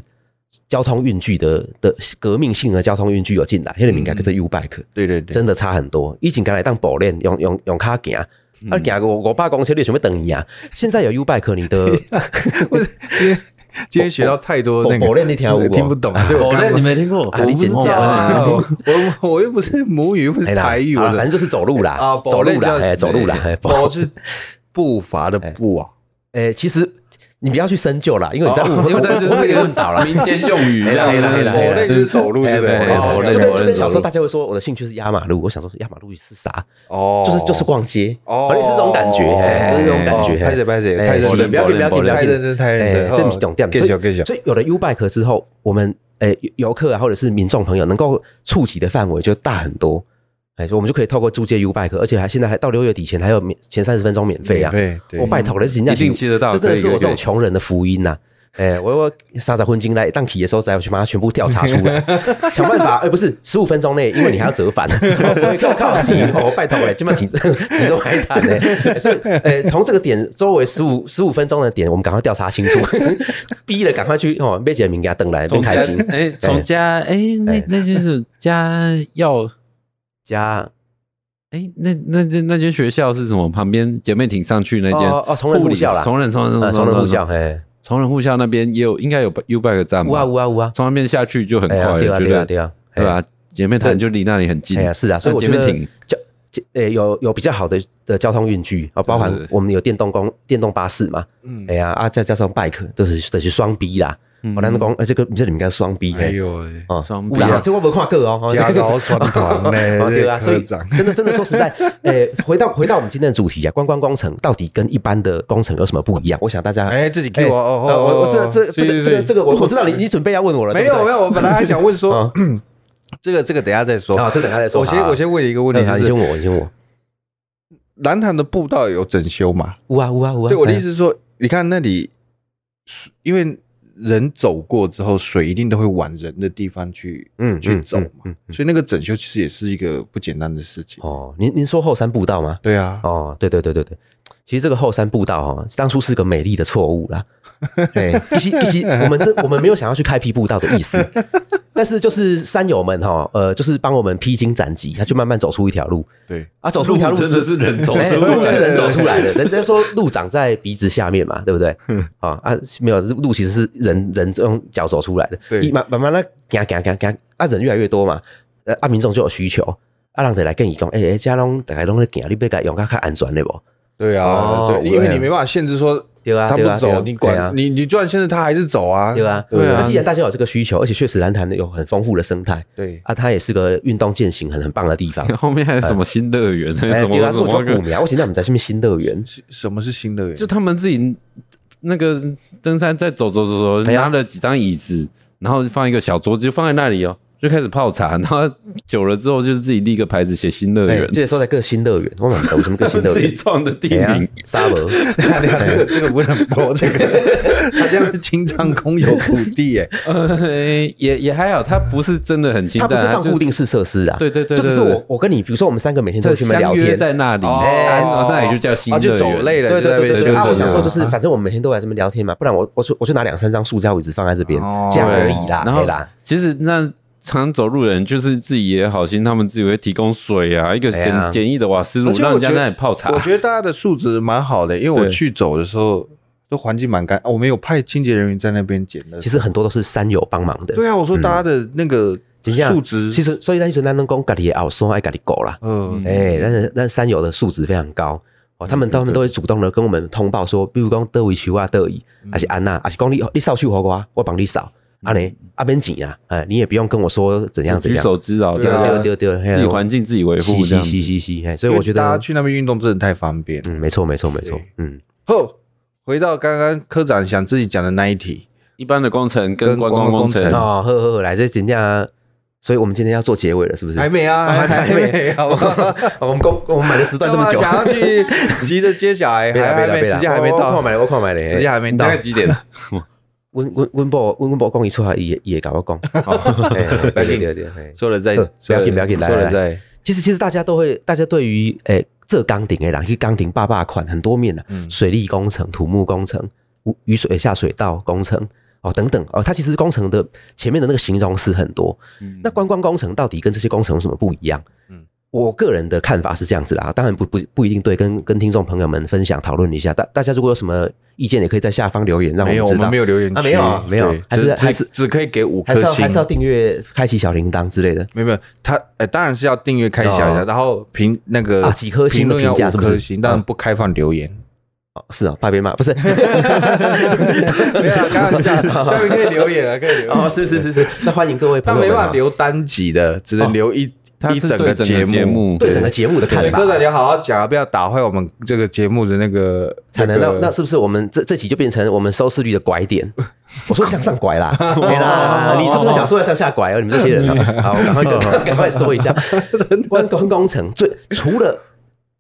Speaker 4: 交通运具的的革命性的交通运具有进来，现在敏感跟这 U bike
Speaker 2: 对对对，
Speaker 4: 真的差很多。以前敢来当保练用用用卡行，
Speaker 2: 嗯
Speaker 4: 啊行五五百公尺你想要等伊啊，现在有 U bike 你的。
Speaker 2: 今天今天学到太多那个，
Speaker 4: 我我练那条舞哦
Speaker 2: 听不懂，所以我
Speaker 3: 我
Speaker 2: 刚
Speaker 3: 那
Speaker 2: 刚
Speaker 3: 你没听过？
Speaker 4: 啊你
Speaker 3: 我不
Speaker 4: 剪
Speaker 3: 知道
Speaker 4: 掉
Speaker 3: 啊
Speaker 4: 了
Speaker 2: 我我我又不是母语，又不是
Speaker 4: 哎 啦
Speaker 2: 台语，
Speaker 4: 啊
Speaker 2: 我
Speaker 4: 反正就是走路啦，
Speaker 2: 啊，
Speaker 4: 走路啦，
Speaker 2: 保
Speaker 4: 哎，
Speaker 2: 练叫
Speaker 4: 走路啦，哎，
Speaker 2: 保
Speaker 4: 走，
Speaker 2: 是步伐的步啊，
Speaker 4: 哎，其实你不要去深究啦，因为你在
Speaker 2: 哦
Speaker 4: 问，
Speaker 3: 因为那就是一
Speaker 4: 个
Speaker 3: 个
Speaker 4: 问倒了。
Speaker 3: 民间用语，这样
Speaker 4: 哎啦哎啦哎
Speaker 2: 保
Speaker 4: 啦
Speaker 2: 练就是走路，对
Speaker 4: 哎
Speaker 2: 不
Speaker 3: 对
Speaker 2: 对？
Speaker 3: 保
Speaker 2: 哦
Speaker 3: 练
Speaker 4: 就
Speaker 3: 保
Speaker 4: 跟就
Speaker 3: 练
Speaker 4: 跟
Speaker 3: 走
Speaker 4: 小时
Speaker 3: 路
Speaker 4: 候大家会说我的兴趣是压马路，我想说压马路是啥？
Speaker 2: 哦
Speaker 4: 就是就是逛街，
Speaker 2: 哦
Speaker 4: 反正是这种感觉，哎就是这种感觉。
Speaker 2: 拍谁拍谁，
Speaker 4: 哎
Speaker 2: 太认
Speaker 4: 是
Speaker 2: 真，
Speaker 4: 不要紧不要紧不要
Speaker 2: 太
Speaker 4: 紧
Speaker 2: 认真，太认
Speaker 4: 哎
Speaker 2: 真，，
Speaker 4: 这不是重点。
Speaker 2: 更
Speaker 4: 所
Speaker 2: 小更
Speaker 4: 以
Speaker 2: 小，
Speaker 4: 所以有了 U Bike 之后，我们哎游客啊或者是民众朋友能够触及的范围就大很多。哎，所以我们就可以透过租借 U Bike，而且还现在还到六月底前还有免前三十分钟免费啊！
Speaker 2: 对对
Speaker 4: 我拜托了，人家
Speaker 3: 一定吃得到
Speaker 4: 这真的
Speaker 3: 可以
Speaker 4: 是我这
Speaker 3: 可以
Speaker 4: 种穷人的福音呐、哎、我我傻傻混进来，当起的时候，再我去把它全部调查出 来，想办法。哎、不是十五分钟内，因为你还要折返。我靠靠急，哦，拜托了，今晚 紧紧张还谈呢。哎所以，哎，从这个点周围十五十五分钟的点，我们赶快调查清楚， 逼了赶快去哦，被杰明给他等来，被
Speaker 3: 从家
Speaker 4: 开心。
Speaker 3: 哎，从家哎，那
Speaker 4: 哎
Speaker 3: 那就是家要
Speaker 4: 加
Speaker 3: 哎，那那那那间学校是什么？旁边姐妹挺上去那间
Speaker 4: 哦哦崇仁
Speaker 3: 护理
Speaker 4: 护校啦
Speaker 3: 崇仁崇仁
Speaker 4: 呃，
Speaker 3: 仁
Speaker 4: 从人
Speaker 3: 仁
Speaker 4: 不笑，哎，
Speaker 3: 崇仁护校那边也有应该有 U bike 站
Speaker 4: 呜啊
Speaker 3: 吧
Speaker 4: 呜？啊呜啊，
Speaker 3: 从那边下去就很
Speaker 4: 哎
Speaker 3: 快
Speaker 4: 呀
Speaker 3: 了，
Speaker 4: 对啊对啊
Speaker 3: 对
Speaker 4: 对啊，
Speaker 3: 对
Speaker 4: 哎
Speaker 3: 吧？姐妹潭就离那里很近
Speaker 4: 哎，呀，是啊，所以
Speaker 3: 那
Speaker 4: 我
Speaker 3: 姐
Speaker 4: 觉
Speaker 3: 妹
Speaker 4: 得
Speaker 3: 挺
Speaker 4: 交交呃有有比较好的的交通运具啊，包含
Speaker 3: 对对对
Speaker 4: 我们有电动公电动巴士嘛，
Speaker 2: 嗯嗯
Speaker 4: 哎呀啊，再加上 bike，这是这是双 B 啦，我咱都讲，哎，这个这里面该双 B
Speaker 2: 哎
Speaker 4: 嘿。
Speaker 2: 呦，
Speaker 4: 哦
Speaker 3: 双
Speaker 4: 有
Speaker 3: B
Speaker 4: 啦
Speaker 3: 啊
Speaker 4: 这我没看过哦，哦
Speaker 2: 加高酸团嘞，
Speaker 4: 哦对啊，
Speaker 2: 这
Speaker 4: 所以
Speaker 2: 科长
Speaker 4: 真的真的说实在，呃，回到回到我们今天的主题啊，观光工程到底跟一般的工程有什么不一样？我想大家，
Speaker 2: 哎，自己
Speaker 4: 哎
Speaker 2: Q 我哦，
Speaker 4: 呃
Speaker 2: 哦
Speaker 4: 我
Speaker 2: 哦
Speaker 4: 我这这这
Speaker 2: 是
Speaker 4: 个
Speaker 2: 是
Speaker 4: 这个
Speaker 2: 是
Speaker 4: 这个，我我知 道你你准备要问我了，
Speaker 2: 没有没
Speaker 4: 有
Speaker 2: 有，我本来还想问说
Speaker 4: 啊，
Speaker 2: 这个这个等一下再说
Speaker 4: 啊，这等一下再说
Speaker 2: 我先
Speaker 4: 好
Speaker 2: 我先问一个问题，
Speaker 4: 啊你
Speaker 2: 就
Speaker 4: 先
Speaker 2: 是
Speaker 4: 问我，你先问
Speaker 2: 南潭的步道有整修吗？
Speaker 4: 我，有啊有啊有啊，
Speaker 2: 对，我的意
Speaker 4: 哎
Speaker 2: 思是说，你看那里，水因为人走过之后，水一定都会往人的地方去，
Speaker 4: 嗯
Speaker 2: 去
Speaker 4: 嗯
Speaker 2: 走
Speaker 4: 嗯
Speaker 2: 嘛
Speaker 4: 嗯。嗯
Speaker 2: 所以那个整修其实也是一个不简单的事情。
Speaker 4: 哦，您您说后山步道吗？
Speaker 2: 对啊，
Speaker 4: 哦，对对对对对，其实这个后山步道哈、哦，当初是个美丽的错误啦。对，其实其实我们这我们没有想要去开辟步道的意思，但是就是山友们哈、呃，就是帮我们披荆斩棘，他就慢慢走出一条路
Speaker 2: 对，
Speaker 4: 啊，走出一条路
Speaker 3: 路真的是人走出来
Speaker 4: 哎
Speaker 3: 的。
Speaker 4: 路是人走出来的。人家说路长在鼻子下面嘛，对不对？啊啊，没有路其实是人人用脚走出来的，
Speaker 2: 对
Speaker 4: 一慢慢慢的行行行行，啊人越来越多嘛，呃啊民众就有需求。啊，人就来跟伊讲，诶、欸，遮拢大家拢咧行，你要甲用较较安全的无？
Speaker 2: 对啊，
Speaker 4: 哦
Speaker 2: 对，因为
Speaker 4: 对啊
Speaker 2: 你没办法限制说
Speaker 4: 对啊，
Speaker 2: 他
Speaker 4: 对啊
Speaker 2: 不
Speaker 4: 对啊
Speaker 2: 走，你
Speaker 4: 对啊
Speaker 2: 管你你就算限制他还是走啊，
Speaker 4: 对啊，
Speaker 2: 对啊
Speaker 4: 那既然大家有这个需求，而且确实蓝潭有很丰富的生态
Speaker 2: 对，
Speaker 4: 啊，它也是个运动健行很很棒的地方
Speaker 3: 后面还有 什么新乐园，还有
Speaker 4: 哎
Speaker 3: 什
Speaker 4: 对啊，
Speaker 3: 么什
Speaker 4: 我叫
Speaker 3: 么个，
Speaker 4: 古苗，我现在我们在下面新乐园，
Speaker 2: 是什么是新乐园？
Speaker 3: 就他们自己那个登山在走走走走，
Speaker 4: 哎呀
Speaker 3: 拿了几张椅子，然后放一个小桌子，就放在那里哦，就开始泡茶， 然后久了之后就是自己立个牌子写新乐
Speaker 4: 哎
Speaker 3: 园，，
Speaker 4: 这里说在各新乐园，我们有什么各新乐
Speaker 3: 自己
Speaker 4: 园？
Speaker 3: 创的地
Speaker 4: 哎呀
Speaker 3: 名，，
Speaker 4: 沙伯，
Speaker 3: 啊
Speaker 2: 这
Speaker 4: 哎
Speaker 2: 个这个不能播，这个 他这样是清唱公有土地哎，
Speaker 3: 呃，也也还好，它不是真的很清
Speaker 4: 它
Speaker 3: 淡，
Speaker 4: 不是放
Speaker 3: 就
Speaker 4: 固定式设施啊，
Speaker 3: 对对对
Speaker 4: 就只是
Speaker 3: 对对
Speaker 4: 我我跟你，比如说我们三个每天
Speaker 3: 就
Speaker 4: 都会去那边
Speaker 3: 相
Speaker 4: 聊
Speaker 3: 约
Speaker 4: 天，
Speaker 3: 在那里，
Speaker 2: 哦
Speaker 3: 哎哦那也就叫新
Speaker 2: 啊
Speaker 3: 乐
Speaker 2: 就
Speaker 3: 园，
Speaker 2: 走累了，
Speaker 4: 对对
Speaker 2: 就在那
Speaker 4: 对
Speaker 2: 边
Speaker 4: 对对，
Speaker 2: 休
Speaker 4: 啊，
Speaker 2: 息
Speaker 4: 我想说就是，
Speaker 2: 啊
Speaker 4: 反正我们每天都来这边聊天嘛，不然我我去我去拿两三张塑胶椅子放在这边
Speaker 2: 哦，
Speaker 4: 这样而已啦，
Speaker 3: 然后
Speaker 4: 哎啦，
Speaker 3: 其实那常走路的人就是自己也好心，他们自己会提供水啊，一个
Speaker 4: 哎
Speaker 3: 简、
Speaker 4: 呀
Speaker 3: 简易的瓦斯炉
Speaker 2: 而，且
Speaker 3: 让
Speaker 2: 我
Speaker 3: 人家
Speaker 2: 觉得
Speaker 3: 在那里泡茶。
Speaker 2: 我觉得大家的素质蛮好的，因为我
Speaker 3: 对
Speaker 2: 去走的时候，都环境蛮干，啊我们有派清洁人员在那边捡的。
Speaker 4: 其实很多都是山友帮忙的，
Speaker 2: 对啊，我说大家的那个
Speaker 4: 真正
Speaker 2: 素质，
Speaker 4: 其实所以咱阵咱能讲家己的后山爱家己顾啦，
Speaker 2: 嗯，
Speaker 4: 哎、但是但是山友的素质非常高哦，他们他们都会主动的跟我们通报说，比如讲德维球啊、德乙，还是安娜，还是讲你你扫去火我，我帮你扫，
Speaker 2: 嗯
Speaker 4: 啊尼阿边紧啊，哎，你也不用跟我说怎样怎
Speaker 3: 举
Speaker 4: 样，
Speaker 3: 手之劳，
Speaker 2: 对
Speaker 3: 对
Speaker 2: 啊
Speaker 3: 啊，
Speaker 4: 对对对，嘿哦
Speaker 3: 自己环境自己维护这
Speaker 4: 嘻嘻
Speaker 3: 样子
Speaker 4: 嘻嘻嘻，哎，所
Speaker 2: 因
Speaker 4: 以
Speaker 2: 为
Speaker 4: 我觉
Speaker 2: 大家
Speaker 4: 得，
Speaker 2: 去那边运动真的太方便。
Speaker 4: 嗯，没错没错没错
Speaker 2: 对，
Speaker 4: 嗯，
Speaker 2: 后回到刚刚科长想自己讲的那一题，
Speaker 3: 一般的工程跟
Speaker 2: 跟
Speaker 3: 观光
Speaker 2: 观光工
Speaker 3: 工程
Speaker 2: 程，
Speaker 4: 哦，呵呵，来这真正，所以我们今天要做结尾了，是不是？
Speaker 2: 还没啊，
Speaker 4: 还
Speaker 2: 还
Speaker 4: 没
Speaker 2: 没， 好不 好？
Speaker 4: 我们公我们买的时段这么久，
Speaker 2: 干嘛想要去急着接小 孩，
Speaker 4: 别啦
Speaker 2: 还还
Speaker 4: 别啦
Speaker 2: 没
Speaker 4: 别啦哦
Speaker 2: 时间还没
Speaker 4: 我我
Speaker 2: 到
Speaker 4: 看，买我看买
Speaker 2: 时
Speaker 4: 嘞
Speaker 2: 间。还没
Speaker 3: 你
Speaker 2: 到
Speaker 3: 大概，几点？
Speaker 4: 阮阮阮某阮阮某讲伊出来，伊会伊会甲我讲。
Speaker 2: 哦
Speaker 4: 嘿嘿对对对对。
Speaker 2: 说了再，
Speaker 4: 呃不要紧
Speaker 2: 说了
Speaker 4: 不要紧来
Speaker 2: 说
Speaker 4: 来
Speaker 2: 了再，
Speaker 4: 其实其实大家都会，大家对于诶这钢顶诶啦，去钢顶坝坝款很多面的、啊
Speaker 2: 嗯
Speaker 4: 水利工程、土木工程、雨雨水下水道工程哦等等哦，它其实工程的前面的那个形容词很多。那观光工程到底跟这些工程有什么不一样？
Speaker 2: 嗯
Speaker 4: 我个人的看法是这样子啦，当然不不不一定对，跟跟听众朋友们分享讨论一下。大大家如果有什么意见，也可以在下方留言，让我
Speaker 2: 没
Speaker 4: 们
Speaker 2: 有，
Speaker 4: 知
Speaker 2: 我
Speaker 4: 道。
Speaker 2: 们没有留言区，
Speaker 4: 啊没有啊没有
Speaker 2: 对
Speaker 4: 还是
Speaker 2: 只
Speaker 4: 还是
Speaker 2: 只只可以给五
Speaker 4: 还
Speaker 2: 颗
Speaker 4: 是要还是要
Speaker 2: 星。
Speaker 4: 订阅、开启小铃铛之类的。
Speaker 2: 没有没有，他呃，当然是要订阅开小一下，
Speaker 4: 哦
Speaker 2: 然后评那个
Speaker 4: 啊几颗星
Speaker 2: 评
Speaker 4: 的
Speaker 2: 论要
Speaker 4: 评价
Speaker 2: 五
Speaker 4: 是不啊是
Speaker 2: 颗星，当然不开放留言。
Speaker 4: 哦，是哦，怕被骂，不 是？
Speaker 2: 没有啊，开玩笑， 下面可以留言啊，可以留
Speaker 4: 哦，
Speaker 2: 言。
Speaker 4: 是是是是，那欢迎各位朋
Speaker 2: 但
Speaker 4: 友
Speaker 2: 没
Speaker 4: 们
Speaker 2: 办
Speaker 4: 啊
Speaker 2: 法留单集的，只能留一
Speaker 4: 哦
Speaker 3: 它
Speaker 2: 一
Speaker 3: 是
Speaker 2: 整
Speaker 3: 对
Speaker 2: 个
Speaker 3: 整个节目
Speaker 2: 目，
Speaker 4: 对整个节目的看
Speaker 2: 对，
Speaker 4: 法
Speaker 2: 科。长你要好好讲啊，不要打坏我们这个节目的那个
Speaker 4: 才能
Speaker 2: 那
Speaker 4: 那
Speaker 2: 个
Speaker 4: 那是不是我们这这期就变成我们收视率的 拐点？我说向上拐啦，对啦，
Speaker 2: 哦
Speaker 4: 你是不是想说向下拐啊？你们这些人
Speaker 2: 嗯
Speaker 4: 啊，好，我赶快跟赶快说一下，观光工程最除了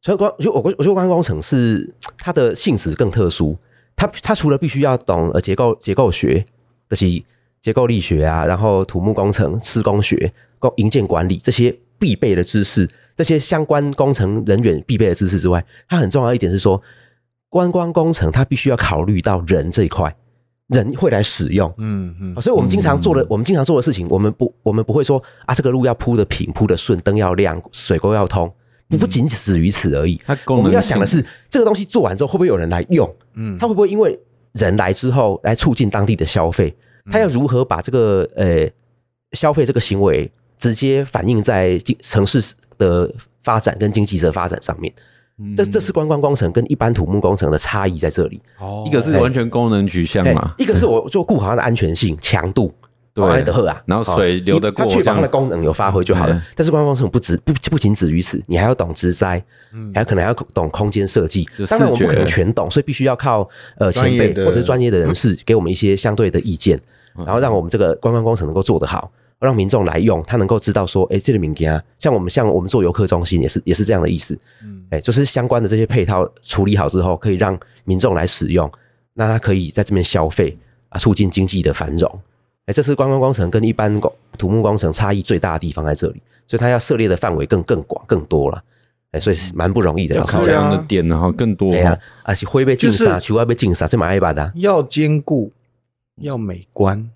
Speaker 4: 除了光，就我我觉得观光工程是它的性质更特殊，它它除了必须要懂呃结构结构学，这些结构力学啊，然后土木工程、施工学、工营建管理这些必备的知识，这些相关工程人员必备的知识之外，它很重要一点是说，观光工程它必须要考虑到人这一块，人会来使用。
Speaker 2: 嗯嗯
Speaker 4: 哦，所以我们经常做的，我们经常做的事情，我们不，我们不会说啊，这个路要铺的平、铺的顺，灯要亮，水沟要通，不不仅止于此而已。
Speaker 3: 它功
Speaker 4: 我
Speaker 3: 能
Speaker 4: 们要想的是，这个东西做完之后，会不会有人来用？
Speaker 2: 嗯，
Speaker 4: 他会不会因为人来之后来促进当地的消费？他要如何把这个呃消费这个行为直接反映在经城市的发展跟经济的发展上面？这这次观光工程跟一般土木工程的差异在这里。
Speaker 2: 哦
Speaker 3: 一个是完全功能取向嘛
Speaker 4: 哎，一个是我就顾好它的安全性、强度，
Speaker 3: 嗯对
Speaker 4: 安德赫啊，
Speaker 3: 然后水流得过
Speaker 4: 它确保它
Speaker 3: 这
Speaker 4: 的
Speaker 3: 样
Speaker 4: 功能有发挥就好
Speaker 3: 嗯
Speaker 4: 了。但是观光工程不止不不仅止于此，你还要懂植栽，
Speaker 2: 嗯
Speaker 4: 还有可能还要懂空间设计
Speaker 3: 就。
Speaker 4: 当然我
Speaker 3: 视觉
Speaker 4: 们不可能全懂，所以必须要靠呃前
Speaker 2: 专业
Speaker 4: 辈
Speaker 2: 的
Speaker 4: 或者是专业的人士给我们一些相对的意见，
Speaker 3: 嗯
Speaker 4: 然后让我们这个观光工程能够做得好。让民众来用，他能够知道说，哎、这个民间啊，像我们像我们做游客中心也是也是这样的意思，
Speaker 2: 嗯
Speaker 4: 哎、就是相关的这些配套处理好之后，可以让民众来使用，那他可以在这边消费啊，促进经济的繁荣。哎、这是观光工程跟一般工土木工程差异最大的地方在这里，所以它要涉猎的范围更更广更多了。哎、所以是蛮不容易的。
Speaker 3: 要
Speaker 4: 老实
Speaker 3: 考
Speaker 4: 讲
Speaker 2: 对啊
Speaker 3: 量的点然后更多哦
Speaker 4: 哎呀
Speaker 3: 哈，，
Speaker 4: 而且会被禁
Speaker 2: 就
Speaker 4: 杀，
Speaker 2: 是
Speaker 4: 球会被禁杀，这蛮爱巴的啊、
Speaker 2: 要兼顾，要美观，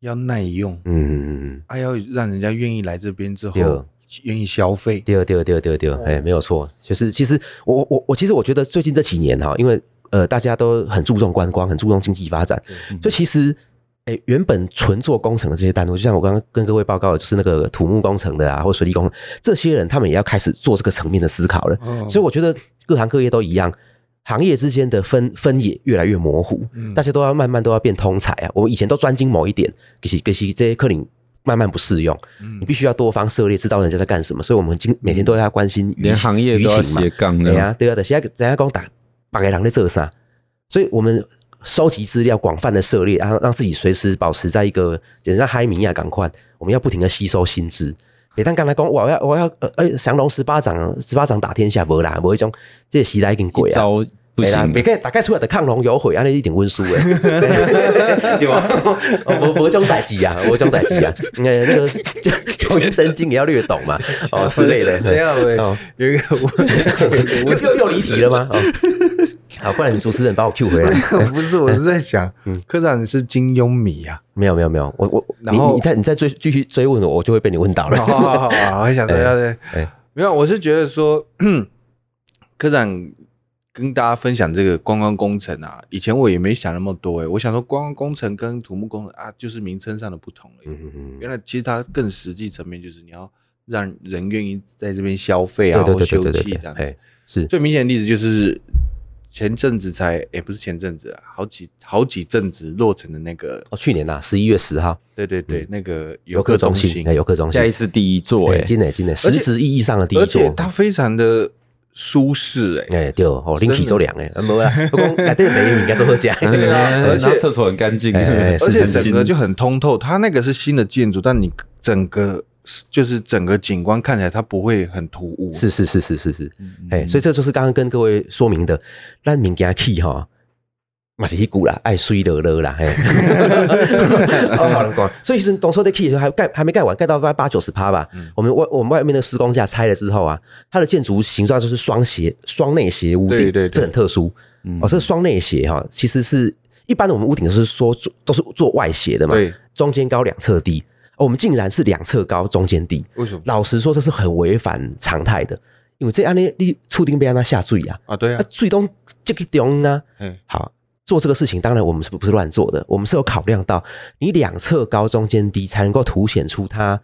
Speaker 2: 要耐用，
Speaker 4: 嗯，
Speaker 2: 还要让人家愿意来这边之
Speaker 4: 对
Speaker 2: 后愿意消费。
Speaker 4: 对对对对对，哎、没有错，就是其实我我我其实我觉得最近这几年哈，因为呃大家都很注重观光，很注重经济发展，所以其实哎、原本纯做工程的这些单位，就像我刚刚跟各位报告的，就是那个土木工程的啊，或水利工程，这些人他们也要开始做这个层面的思考了。
Speaker 2: 哦
Speaker 4: 所以我觉得各行各业都一样，行业之间的分分野越来越模糊，
Speaker 2: 嗯
Speaker 4: 大家都要慢慢都要变通才啊。我们以前都专精某一点，可是可是这些课领慢慢不适用，
Speaker 2: 嗯
Speaker 4: 你必须要多方涉猎，知道人家在干什么。所以我们今每天都要关心舆情
Speaker 3: 连行业都要
Speaker 4: 舆情嘛
Speaker 3: 斜杠
Speaker 4: 对
Speaker 3: 的，
Speaker 4: 啊，对啊，但现在人家讲打把给人在做啥，所以我们收集资料，广泛的涉猎，然后让自己随时保持在一个简直嗨米亚赶快，我们要不停的吸收新知。每当刚才讲，我要我要呃呃降龙十八掌，十八掌打天下，无啦，无一种这个时代已经过
Speaker 3: 一
Speaker 4: 啊。
Speaker 3: 招不
Speaker 4: 没啦
Speaker 3: 行
Speaker 4: 别，个大概出来的抗龙有悔，安尼一定温书诶，对吧？我我种代志啊，我种代志啊，呃，那个九阴真经也要略懂嘛，哦之类的。
Speaker 2: 等一下喂
Speaker 4: 哦
Speaker 2: 啊有一个
Speaker 4: 我 又又离题了吗？哦、好，不然你主持人把我 Q 回 来。
Speaker 2: 我不是，我是在想
Speaker 4: 嗯，
Speaker 2: 科长你是金庸迷啊。
Speaker 4: 没有没有没有，我我
Speaker 2: 然
Speaker 4: 你
Speaker 2: 后
Speaker 4: 你再你再追继续追问我，我就会被你问到
Speaker 2: 好好
Speaker 4: 了。
Speaker 2: 好好好，我想说要对
Speaker 4: 哦哎，
Speaker 2: 没有，我是觉得说， 科长跟大家分享这个观光工程啊，以前我也没想那么多哎诶，我想说观光工程跟土木工程啊，就是名称上的不同而已。
Speaker 4: 嗯
Speaker 2: 原来其实它更实际层面就是你要让人愿意在这边消费啊，
Speaker 4: 对对
Speaker 2: 或
Speaker 4: 对
Speaker 2: 休
Speaker 4: 对对
Speaker 2: 憩
Speaker 4: 对
Speaker 2: 这样子
Speaker 4: 哎。，是
Speaker 2: 最明显的例子就是前阵子才，也、不是前阵子啊，好几好几阵子落成的那个，
Speaker 4: 哦，去年呐，十一月十号，
Speaker 2: 对对对，那个游
Speaker 4: 嗯游
Speaker 2: 客
Speaker 4: 客
Speaker 2: 中
Speaker 4: 中
Speaker 2: 心
Speaker 4: 心，哎，，游客中心
Speaker 3: 下一，次第一座
Speaker 4: 哎
Speaker 3: 哎，
Speaker 4: 今年今年
Speaker 2: 而
Speaker 4: 实
Speaker 2: 且
Speaker 4: 质意义上的第一
Speaker 2: 而且
Speaker 4: 座。
Speaker 2: 它非常的舒适、哎、
Speaker 4: 哎，对哦，拎
Speaker 2: 真
Speaker 4: 起
Speaker 2: 的
Speaker 4: 周凉哎，啊没啦，不过内底没应该做好 哎食。
Speaker 3: 对 啊
Speaker 2: 而且
Speaker 3: 然后厕所很干净，
Speaker 4: 哎哎 哎
Speaker 2: 而且
Speaker 4: 是
Speaker 2: 整个就很通透。它那个是新的建筑，但你整个就是整个景观看起来它不会很突兀，
Speaker 4: 是是是是是是，哎、所以这就是刚刚跟各位说明的，咱物件起吼，嘛是迄句啦，爱水落落啦，嘿，哦，好难讲。所以是当初在起的时候还盖还没盖完，盖到大概八九十趴吧。我们外我们外面的施工架拆了之后啊，它的建筑形状就是双斜双内斜屋顶，
Speaker 2: 对对对
Speaker 4: 这很特殊。
Speaker 3: 嗯
Speaker 4: 哦，这双内斜哈、其实是一般的我们屋顶都是说做都是做外斜的嘛，
Speaker 2: 对，
Speaker 4: 中间高两侧低。哦我们竟然是两侧高，中间低，
Speaker 2: 为什么
Speaker 4: 老实说，这是很违反常态的，因为这案例你注定被让他下罪啊，
Speaker 2: 啊？对
Speaker 4: 啊
Speaker 2: 啊，，
Speaker 4: 最终这个中啊，
Speaker 2: 哎、
Speaker 4: 好做这个事情，当然我们是不是乱做的，我们是有考量到你两侧高中间低，才能够凸显出它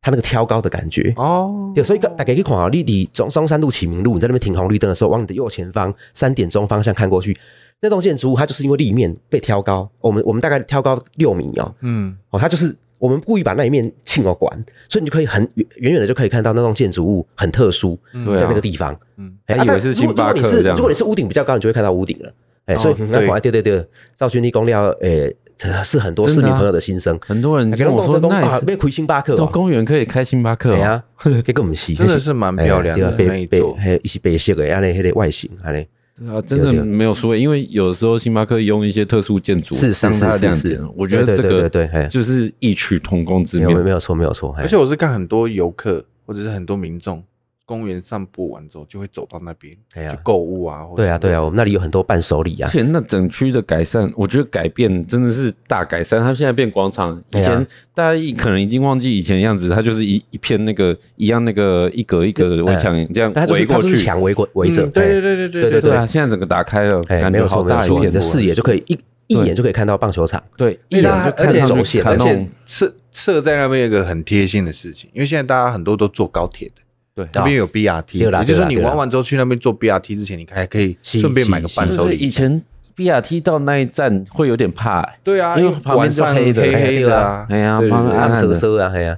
Speaker 4: 它那个挑高的感觉。
Speaker 2: 哦，
Speaker 4: 对，所以大家可以看啊，你你中中山路、启明路，你在那边停红绿灯的时候，往你的右前方三点钟方向看过去，那栋建筑物它就是因为立面被挑高，我们我们大概挑高六米哦，
Speaker 2: 嗯，
Speaker 4: 哦，它就是我们故意把那一面庆了管，所以你就可以很远远远的就可以看到那栋建筑物很特殊，
Speaker 2: 嗯
Speaker 3: 对啊
Speaker 4: 在那个地方。
Speaker 2: 嗯
Speaker 4: 哎
Speaker 3: 还以
Speaker 4: 啊
Speaker 3: 为是星巴克
Speaker 4: 但如果如果你
Speaker 3: 这
Speaker 4: 是
Speaker 3: 样
Speaker 4: 如果你是屋顶比较高，你就会看到屋顶了。哎、
Speaker 2: 哦
Speaker 4: 所以那
Speaker 2: 对
Speaker 4: 哎对对对，赵群立公料，哎，这是很多市
Speaker 3: 真
Speaker 4: 民
Speaker 3: 的啊
Speaker 4: 朋友的心声。
Speaker 3: 很多人
Speaker 4: 哎
Speaker 3: 跟我说，
Speaker 4: 弄这
Speaker 3: 那
Speaker 4: 啊，被亏星巴克
Speaker 3: 这种
Speaker 4: 哦，
Speaker 3: 公园可以开星巴克
Speaker 4: 哎
Speaker 3: 哦，
Speaker 4: 呀，这个我们是哎
Speaker 2: 真的是蛮漂亮的那一
Speaker 4: 北
Speaker 2: 座
Speaker 4: 还有一些白色的，安尼迄个外形，安尼
Speaker 3: 对啊，真的
Speaker 4: 有点
Speaker 3: 没有说，因为有时候星巴克用一些特殊建筑
Speaker 4: 是是
Speaker 3: 当它的
Speaker 4: 是
Speaker 3: 亮
Speaker 4: 是
Speaker 3: 点
Speaker 4: 是，
Speaker 3: 我觉得
Speaker 4: 对
Speaker 3: 这
Speaker 4: 对
Speaker 3: 个
Speaker 4: 对对对嘿
Speaker 3: 就是异曲同工之
Speaker 4: 没有
Speaker 3: 妙。
Speaker 4: 没有错没有错，哎
Speaker 2: 而
Speaker 4: 而
Speaker 2: 且我是看很多游客或者是很多民众公园散步完之后，就会走到那边、
Speaker 4: 哎呀
Speaker 2: 去购物啊，或者
Speaker 4: 对啊
Speaker 2: 什么
Speaker 4: 对啊，我们那里有很多伴手礼
Speaker 3: 而
Speaker 4: 啊，
Speaker 3: 且那整区的改善，我觉得改变真的是大改善。它现在变广场，以
Speaker 4: 对啊
Speaker 3: 前、大家一可能已经忘记以前的样子，它就是一一片那个一样那个一格一格的围墙这样
Speaker 4: 哎但它就
Speaker 3: 围
Speaker 4: 是它
Speaker 3: 过
Speaker 4: 就是
Speaker 3: 去，
Speaker 4: 墙围过围着，
Speaker 2: 嗯对
Speaker 4: 嘿
Speaker 2: 对对对
Speaker 4: 对对
Speaker 3: 对啊，现在整个打开了，
Speaker 4: 哎，
Speaker 3: 感
Speaker 4: 没有
Speaker 3: 觉
Speaker 4: 错，
Speaker 3: 好
Speaker 4: 没有
Speaker 3: 大一
Speaker 4: 错，你
Speaker 3: 片
Speaker 4: 的视野就可以一一眼就可以看到棒球场。
Speaker 3: 对，一
Speaker 2: 因为
Speaker 3: 眼
Speaker 2: 它而
Speaker 3: 就看
Speaker 2: 且
Speaker 3: 到
Speaker 4: 走线
Speaker 3: 看
Speaker 2: 而
Speaker 3: 到
Speaker 2: 且侧侧在那边有一个很贴心的事情，因为现在大家很多都坐高铁的，
Speaker 3: 对，
Speaker 2: 那边有 BRT，
Speaker 4: 对啦
Speaker 2: 也就是说
Speaker 4: 对
Speaker 2: 你
Speaker 4: 啦
Speaker 2: 玩完之后去那边做 BRT 之前，你还可以
Speaker 4: 是
Speaker 2: 顺便买个伴手
Speaker 3: 就是以
Speaker 2: 礼。
Speaker 3: 前 BRT 到那一站会有点怕、欸，
Speaker 2: 对啊，
Speaker 3: 因为旁边
Speaker 2: 晚
Speaker 3: 就
Speaker 2: 上
Speaker 3: 黑的
Speaker 2: 黑
Speaker 4: 哎
Speaker 2: 黑
Speaker 4: 对
Speaker 2: 的
Speaker 4: 啊
Speaker 2: 啊，
Speaker 3: 哎呀
Speaker 2: 对
Speaker 3: 帮
Speaker 2: 对
Speaker 3: 暗暗
Speaker 4: 暗
Speaker 3: 的
Speaker 4: 蛇蛇啊，嘿啊。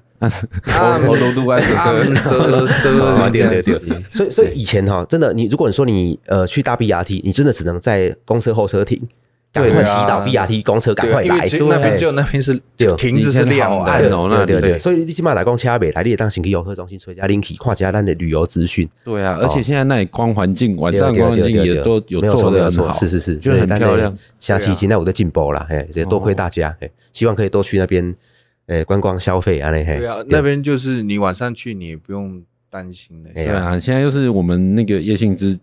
Speaker 2: 啊
Speaker 3: 喉咙都歪
Speaker 2: 暗色色，
Speaker 4: 啊对对对
Speaker 2: 这样子
Speaker 4: 所以，所以以前哈，真的，你如果你说你呃去搭 BRT，你真的只能在公车后车停，赶
Speaker 2: 对
Speaker 4: 快祈
Speaker 2: 啊
Speaker 4: 祷 BRT 公车赶
Speaker 2: 对啊
Speaker 4: 快
Speaker 2: 因为
Speaker 4: 来，
Speaker 2: 只那边只有那边是
Speaker 4: 对
Speaker 2: 亭子是亮
Speaker 3: 以前好暗
Speaker 2: 的，
Speaker 3: 哦那
Speaker 4: 对对
Speaker 3: 里
Speaker 4: 对，
Speaker 2: 对
Speaker 4: 所以你起码来讲车北来，你也当行去游客中心吹加 link，跨加咱的旅游资讯，
Speaker 3: 对啊，而且现在那里光环境，晚上光环境也都有
Speaker 4: 没有错
Speaker 3: 做
Speaker 4: 没
Speaker 3: 的
Speaker 4: 有
Speaker 3: 很
Speaker 4: 错，
Speaker 3: 好，
Speaker 4: 是是是，
Speaker 3: 就很漂亮。。啊
Speaker 4: 下期期待我的进步啦，嘿，这多亏大家，嘿，希望可以多去那边，诶，观光消费啊，那嘿，
Speaker 2: 对啊，那边就是你晚上去，你也不用担心的。
Speaker 3: 对
Speaker 4: 哎呀
Speaker 3: 啊，现在又是我们那个叶信之，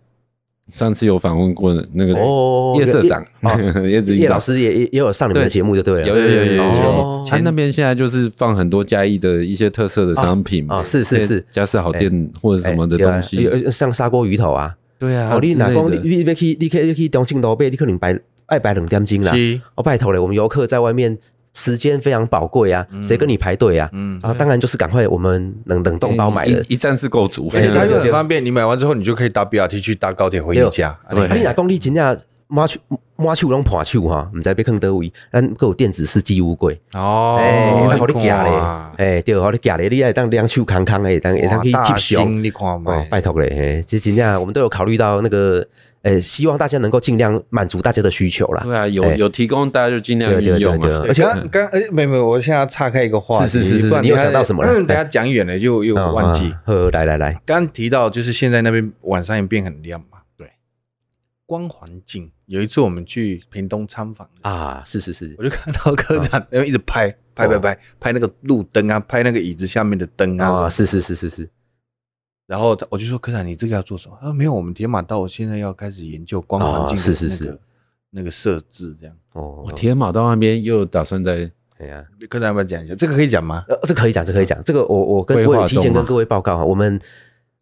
Speaker 3: 上次有访问过的那个
Speaker 4: 哦
Speaker 3: 叶社长
Speaker 4: 哦，
Speaker 3: 叶子
Speaker 4: 叶
Speaker 3: 营
Speaker 4: 老
Speaker 3: 长。
Speaker 4: 师也也也有上你们的
Speaker 3: 对
Speaker 4: 节目就对了，
Speaker 3: 有有有有有
Speaker 4: 哦
Speaker 3: 有，他那边现在就是放很多嘉义的一些特色的商品
Speaker 4: 啊啊是是是
Speaker 3: 家事好店或者什么的
Speaker 4: 哎对啊
Speaker 3: 东
Speaker 4: 有
Speaker 3: 西，
Speaker 4: 有像砂锅鱼头啊，
Speaker 3: 对啊，
Speaker 4: 哦，你
Speaker 3: 之
Speaker 4: 哪
Speaker 3: 类
Speaker 4: 讲
Speaker 3: 的
Speaker 4: 你你要去，你去你去中正路北，你可能摆爱摆两点钟啦。
Speaker 2: 是，
Speaker 4: 哦，拜托嘞，我们游客在外面时间非常宝贵啊，
Speaker 2: 嗯
Speaker 4: 谁跟你排队啊？
Speaker 2: 嗯，
Speaker 4: 啊，当然就是赶快我们冷冷冻包买的。
Speaker 3: 一一站式购足，
Speaker 2: 而且它
Speaker 4: 对
Speaker 2: 又很方便，你买完之后你就可以搭 BRT 去搭高铁回你家。哎
Speaker 3: 对
Speaker 4: 啊，你若讲你真正摸手摸手拢破手哈，毋知被坑倒位，咱还有电子式寄物柜，
Speaker 2: 哦
Speaker 4: 哎，当互你
Speaker 2: 看
Speaker 4: 寄咧，哎，对，互你寄咧，你也当两手空空诶，当会当
Speaker 2: 哇
Speaker 4: 去
Speaker 2: 大
Speaker 4: 接上。
Speaker 2: 兴你看
Speaker 4: 哦
Speaker 2: 嘛，，哎
Speaker 4: 拜托嘞，嘿，这真正我们都有考虑到那个，呃，希望大家能够尽量满足大家的需求啦。
Speaker 3: 对啊，有
Speaker 4: 哎
Speaker 3: 有提供，大家就尽量
Speaker 4: 对对
Speaker 3: 运用
Speaker 4: 对对
Speaker 3: 啊。
Speaker 4: 而且
Speaker 2: 刚刚哎，没有没有，我现在岔开一个话题，
Speaker 4: 是是是是
Speaker 2: 不然
Speaker 4: 你有
Speaker 2: 等下
Speaker 4: 想到什么了
Speaker 2: 嗯等下讲远了又又
Speaker 4: 哦
Speaker 2: 忘记。。
Speaker 4: 呵，来来来，
Speaker 2: 刚提到就是现在那边晚上也变很亮嘛，
Speaker 3: 对，
Speaker 2: 光环境。有一次我们去屏东参访啊，
Speaker 4: 啊，是是是，
Speaker 2: 我就看到科
Speaker 4: 啊
Speaker 2: 长因为一直拍拍拍
Speaker 4: 哦
Speaker 2: 拍拍那个路灯啊，拍那个椅子下面的灯啊什么
Speaker 4: 啊，
Speaker 2: 的，
Speaker 4: 是是是是是，
Speaker 2: 然后他我就说科长你这个要做什么？他说没有，我们铁马道我现在要开始研究光环境
Speaker 4: 哦
Speaker 2: 的
Speaker 4: 是是
Speaker 2: 那个
Speaker 4: 是
Speaker 2: 那个设置这样。
Speaker 4: 哦
Speaker 3: 我，铁马到那边又打算在
Speaker 4: 哎呀，
Speaker 2: 科长要不要讲一下？啊这个可以讲吗？
Speaker 4: 呃，这可以讲，这可以讲，这个我我跟
Speaker 3: 规
Speaker 4: 我
Speaker 3: 划
Speaker 4: 也提前
Speaker 3: 中
Speaker 4: 跟
Speaker 3: 嘛
Speaker 4: 各位报告哈，啊我们。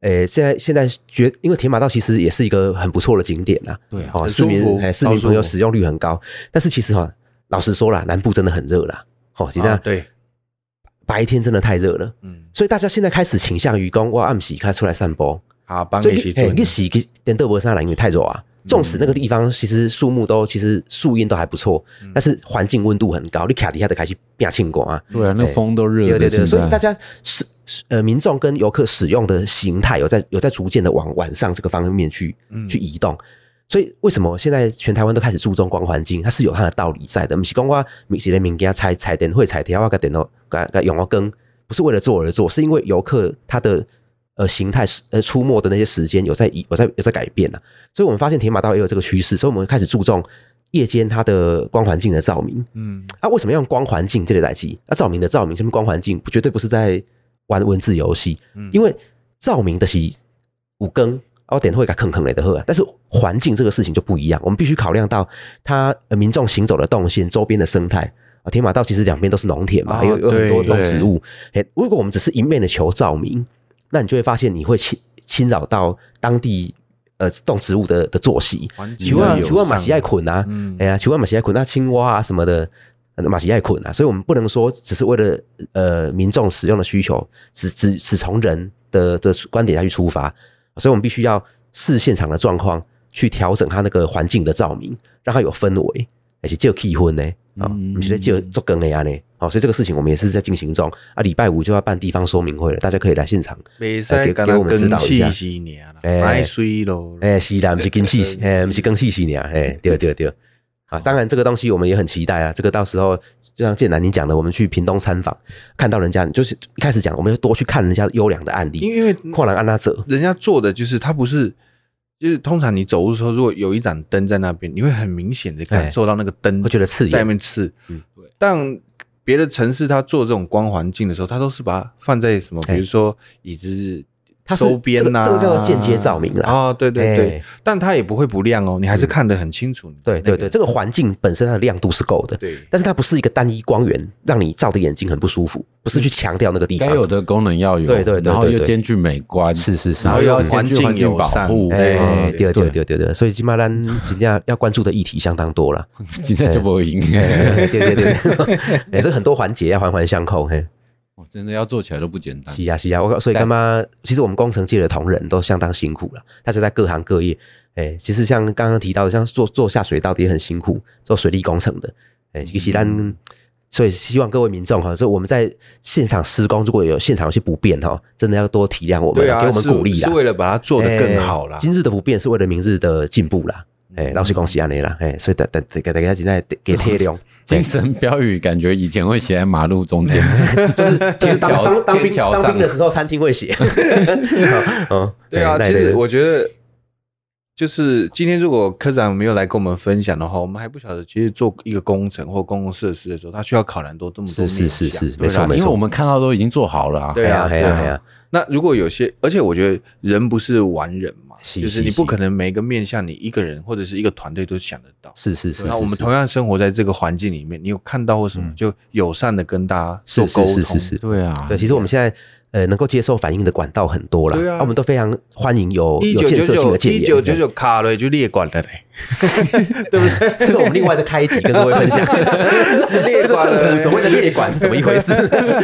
Speaker 4: 诶，现在现在觉，因为铁马道其实也是一个很不错的景点呐、
Speaker 3: 对啊
Speaker 4: 哦，
Speaker 2: 很
Speaker 4: 市民
Speaker 2: 舒服
Speaker 4: 哎，市
Speaker 2: 超
Speaker 4: 民
Speaker 2: 舒
Speaker 4: 朋友
Speaker 2: 服
Speaker 4: 使用率很高。但是其实哈、老实说啦，南部真的很热啦，哦，其实
Speaker 2: 啊
Speaker 4: 那
Speaker 2: 对，
Speaker 4: 白天真的太热了，
Speaker 2: 嗯，
Speaker 4: 所以大家现在开始倾向于讲哇，暗时开出来散步，
Speaker 2: 好，帮
Speaker 4: 所
Speaker 2: 你
Speaker 4: 以
Speaker 2: 去
Speaker 4: 哎
Speaker 2: 做。
Speaker 4: 你洗个点德伯山啦，因为太热啊。纵使那个
Speaker 2: 嗯
Speaker 4: 地方其实树木都其实树荫都还不错，但是环境温度很高，你卡底下的开始变庆光啊。
Speaker 3: 对啊，那风都热的，
Speaker 4: 对对对，
Speaker 3: 现
Speaker 4: 所以
Speaker 3: 在
Speaker 4: 大家使呃民众跟游客使用的形态有在有在逐渐的往晚上这个方面去、
Speaker 2: 嗯
Speaker 4: 去移动。所以为什么现在全台湾都开始注重光环境？它是有它的道理在的，不是啊光我米其林名家踩踩点会踩条啊个点哦，个个用我更不是为了做而做，是因为游客他的呃形态呃出没的那些时间有在移有在有在改变呐、所以我们发现铁马道也有这个趋势，所以我们开始注重夜间它的光环境的照明。
Speaker 2: 嗯，
Speaker 4: 啊，为什么要用光环境这类来记？啊那、照明的照明，什么光环境，绝对不是在玩文字游戏，
Speaker 2: 嗯
Speaker 4: 因为照明的是五更，啊我点会给坑坑来的喝啊。但是环境这个事情就不一样，我们必须考量到它、呃民众行走的动线、周边的生态。啊，铁马道其实两边都是农田嘛，
Speaker 2: 哦
Speaker 4: 有有很多
Speaker 2: 对
Speaker 4: 动植物。哎，如果我们只是一面的求照明，那你就会发现你会侵侵扰到当地呃动植物的的作息。
Speaker 2: 环境
Speaker 4: 请
Speaker 2: 要
Speaker 4: 问
Speaker 2: 友
Speaker 4: 请问马
Speaker 2: 善
Speaker 4: 西爱捆啊，
Speaker 2: 嗯
Speaker 4: 哎呀，球嘛是爱捆啊，青蛙啊什么的，嘛是爱捆啊，所以我们不能说只是为了呃民众使用的需求，只只只从人的的观点下去出发，所以我们必须要视现场的状况去调整它那个环境的照明，让它有氛围，而且就气氛呢。啊、
Speaker 3: 嗯
Speaker 4: 不是在借做梗的呀呢，好、所以这个事情我们也是在进行中啊。礼拜五就要办地方说明会了，大家可以来现场。
Speaker 2: 袂使
Speaker 4: 哎给
Speaker 2: 跟
Speaker 4: 给
Speaker 2: 他
Speaker 4: 我们指
Speaker 2: 更
Speaker 4: 导一下
Speaker 2: 气死你啦，
Speaker 4: 哎
Speaker 2: 啊买水咯。
Speaker 4: 哎、是啦，不是更细，哎、不是更细细呢，哎、对对对，啊，当然这个东西我们也很期待啊，这个到时候就像建南你讲的，我们去屏东参访，看到人家就是一开始讲，我们要多去看人家优良的案
Speaker 2: 因
Speaker 4: 例，
Speaker 2: 为因为
Speaker 4: 跨栏安娜者，
Speaker 2: 人家做的就是他不是，就是通常你走路的时候，如果有一盏灯在那边，你会很明显的感受到那个灯
Speaker 4: 会觉得刺
Speaker 2: 嗯在那
Speaker 4: 眼，
Speaker 2: 边刺。
Speaker 4: 嗯
Speaker 3: 对
Speaker 2: 但别的城市他做这种光环境的时候，他都是把它放在什么，
Speaker 4: 哎
Speaker 2: 比如说椅子
Speaker 4: 它是
Speaker 2: 周边呐，
Speaker 4: 这个这个叫做间接照明啦
Speaker 2: 哦，对对对
Speaker 4: 哎，
Speaker 2: 但它也不会不亮哦，你还是看得很清楚。
Speaker 4: 对对对，这个环境本身它的亮度是够的，
Speaker 2: 对，
Speaker 4: 但是它不是一个单一光源，让你照的眼睛很不舒服，不是去强调那个地
Speaker 3: 该
Speaker 4: 方，
Speaker 3: 有的功能要有，
Speaker 4: 对对对对
Speaker 3: 然后又
Speaker 4: 对
Speaker 3: 兼具美观，
Speaker 4: 是是是
Speaker 3: 然后又要
Speaker 2: 还有
Speaker 3: 兼
Speaker 2: 环
Speaker 3: 具
Speaker 2: 境
Speaker 3: 环境
Speaker 2: 友
Speaker 3: 保
Speaker 2: 善
Speaker 3: 护，
Speaker 2: 哎
Speaker 4: 哎，
Speaker 3: 嗯
Speaker 4: 对对对对对，所以金马兰今天要关注的议题相当多了。
Speaker 3: 今天就不会赢。
Speaker 4: 哎 啊对对对，对，哎，这很多环节要环环相扣。嘿，
Speaker 3: 哦，真的要做起来都不简
Speaker 2: 嗯
Speaker 3: 单。
Speaker 4: 是呀、啊，是呀、啊，我所以
Speaker 3: 在
Speaker 4: 干嘛？其实我们工程界的同仁都相当辛苦了，但是在各行各业，哎、其实像刚刚提到的，像做做下水道的也很辛苦，做水利工程的，哎、其实
Speaker 2: 嗯
Speaker 4: 咱所以希望各位民众哈，所以我们在现场施工，如果有现场有些不便哈，真的要多体谅我们，
Speaker 2: 对啊，
Speaker 4: 给我们
Speaker 2: 是
Speaker 4: 鼓励
Speaker 2: 是
Speaker 4: 啦。
Speaker 2: 为了把它做得更好啦嗯
Speaker 4: 哎。今日的不便是为了明日的进步啦。哎、老师恭喜安尼啦，哎、所以大大大家大家现在给贴 量，
Speaker 3: 精神标语感觉以前会写在马路中间，
Speaker 4: 哎
Speaker 3: 就是
Speaker 4: 就是
Speaker 3: 天
Speaker 4: 当
Speaker 3: 桥
Speaker 4: 当当
Speaker 3: 天
Speaker 4: 兵
Speaker 3: 桥
Speaker 4: 当
Speaker 3: 上
Speaker 4: 兵的时候，餐厅会写。 嗯，
Speaker 2: 对啊，
Speaker 4: 哎
Speaker 2: 其
Speaker 4: 那一类
Speaker 2: 实
Speaker 4: 的
Speaker 2: 我觉得，就是今天如果科长没有来跟我们分享的话，我们还不晓得，其实做一个工程或公共设施的时候，它需要考量多这么多
Speaker 4: 是
Speaker 2: 面
Speaker 4: 是
Speaker 2: 向。
Speaker 4: 是是，
Speaker 3: 对
Speaker 4: 没错
Speaker 3: 啦
Speaker 4: 没
Speaker 3: 因为
Speaker 4: 错
Speaker 3: 我。们看到都已经做好了啊。
Speaker 2: 对啊，
Speaker 4: 嘿
Speaker 2: 对
Speaker 4: 呀
Speaker 2: 啊，
Speaker 4: 嘿呀
Speaker 2: 那如果有些，而且我觉得人不是完人嘛，
Speaker 4: 是
Speaker 2: 就是
Speaker 4: 是
Speaker 2: 你不
Speaker 4: 是
Speaker 2: 可能每一个面向你一个人或者是一个团队都想得到。
Speaker 4: 是是是，
Speaker 2: 那
Speaker 4: 是
Speaker 2: 我们
Speaker 4: 是嗯
Speaker 2: 同样生活在这个环境里面，你有看到或什么，就友善的跟大家做
Speaker 4: 是
Speaker 2: 沟
Speaker 4: 是
Speaker 2: 通。
Speaker 4: 是是是，
Speaker 3: 对啊，
Speaker 4: 对，其实我们现在呃能够接受反应的管道很多啦，
Speaker 2: 对啊
Speaker 4: 我们都非常欢迎有
Speaker 2: 一
Speaker 4: 有
Speaker 2: 九
Speaker 4: 建
Speaker 2: 九
Speaker 4: 设性
Speaker 2: 九
Speaker 4: 的建
Speaker 2: 一
Speaker 4: 议。
Speaker 2: 九九九卡了就列管了嘞，
Speaker 4: 对这个我们另外再开一集跟各位 分享，
Speaker 2: 就列
Speaker 4: 这个
Speaker 2: 管了
Speaker 4: 政
Speaker 2: 嘞
Speaker 4: 府所谓的列管是怎么一回 事？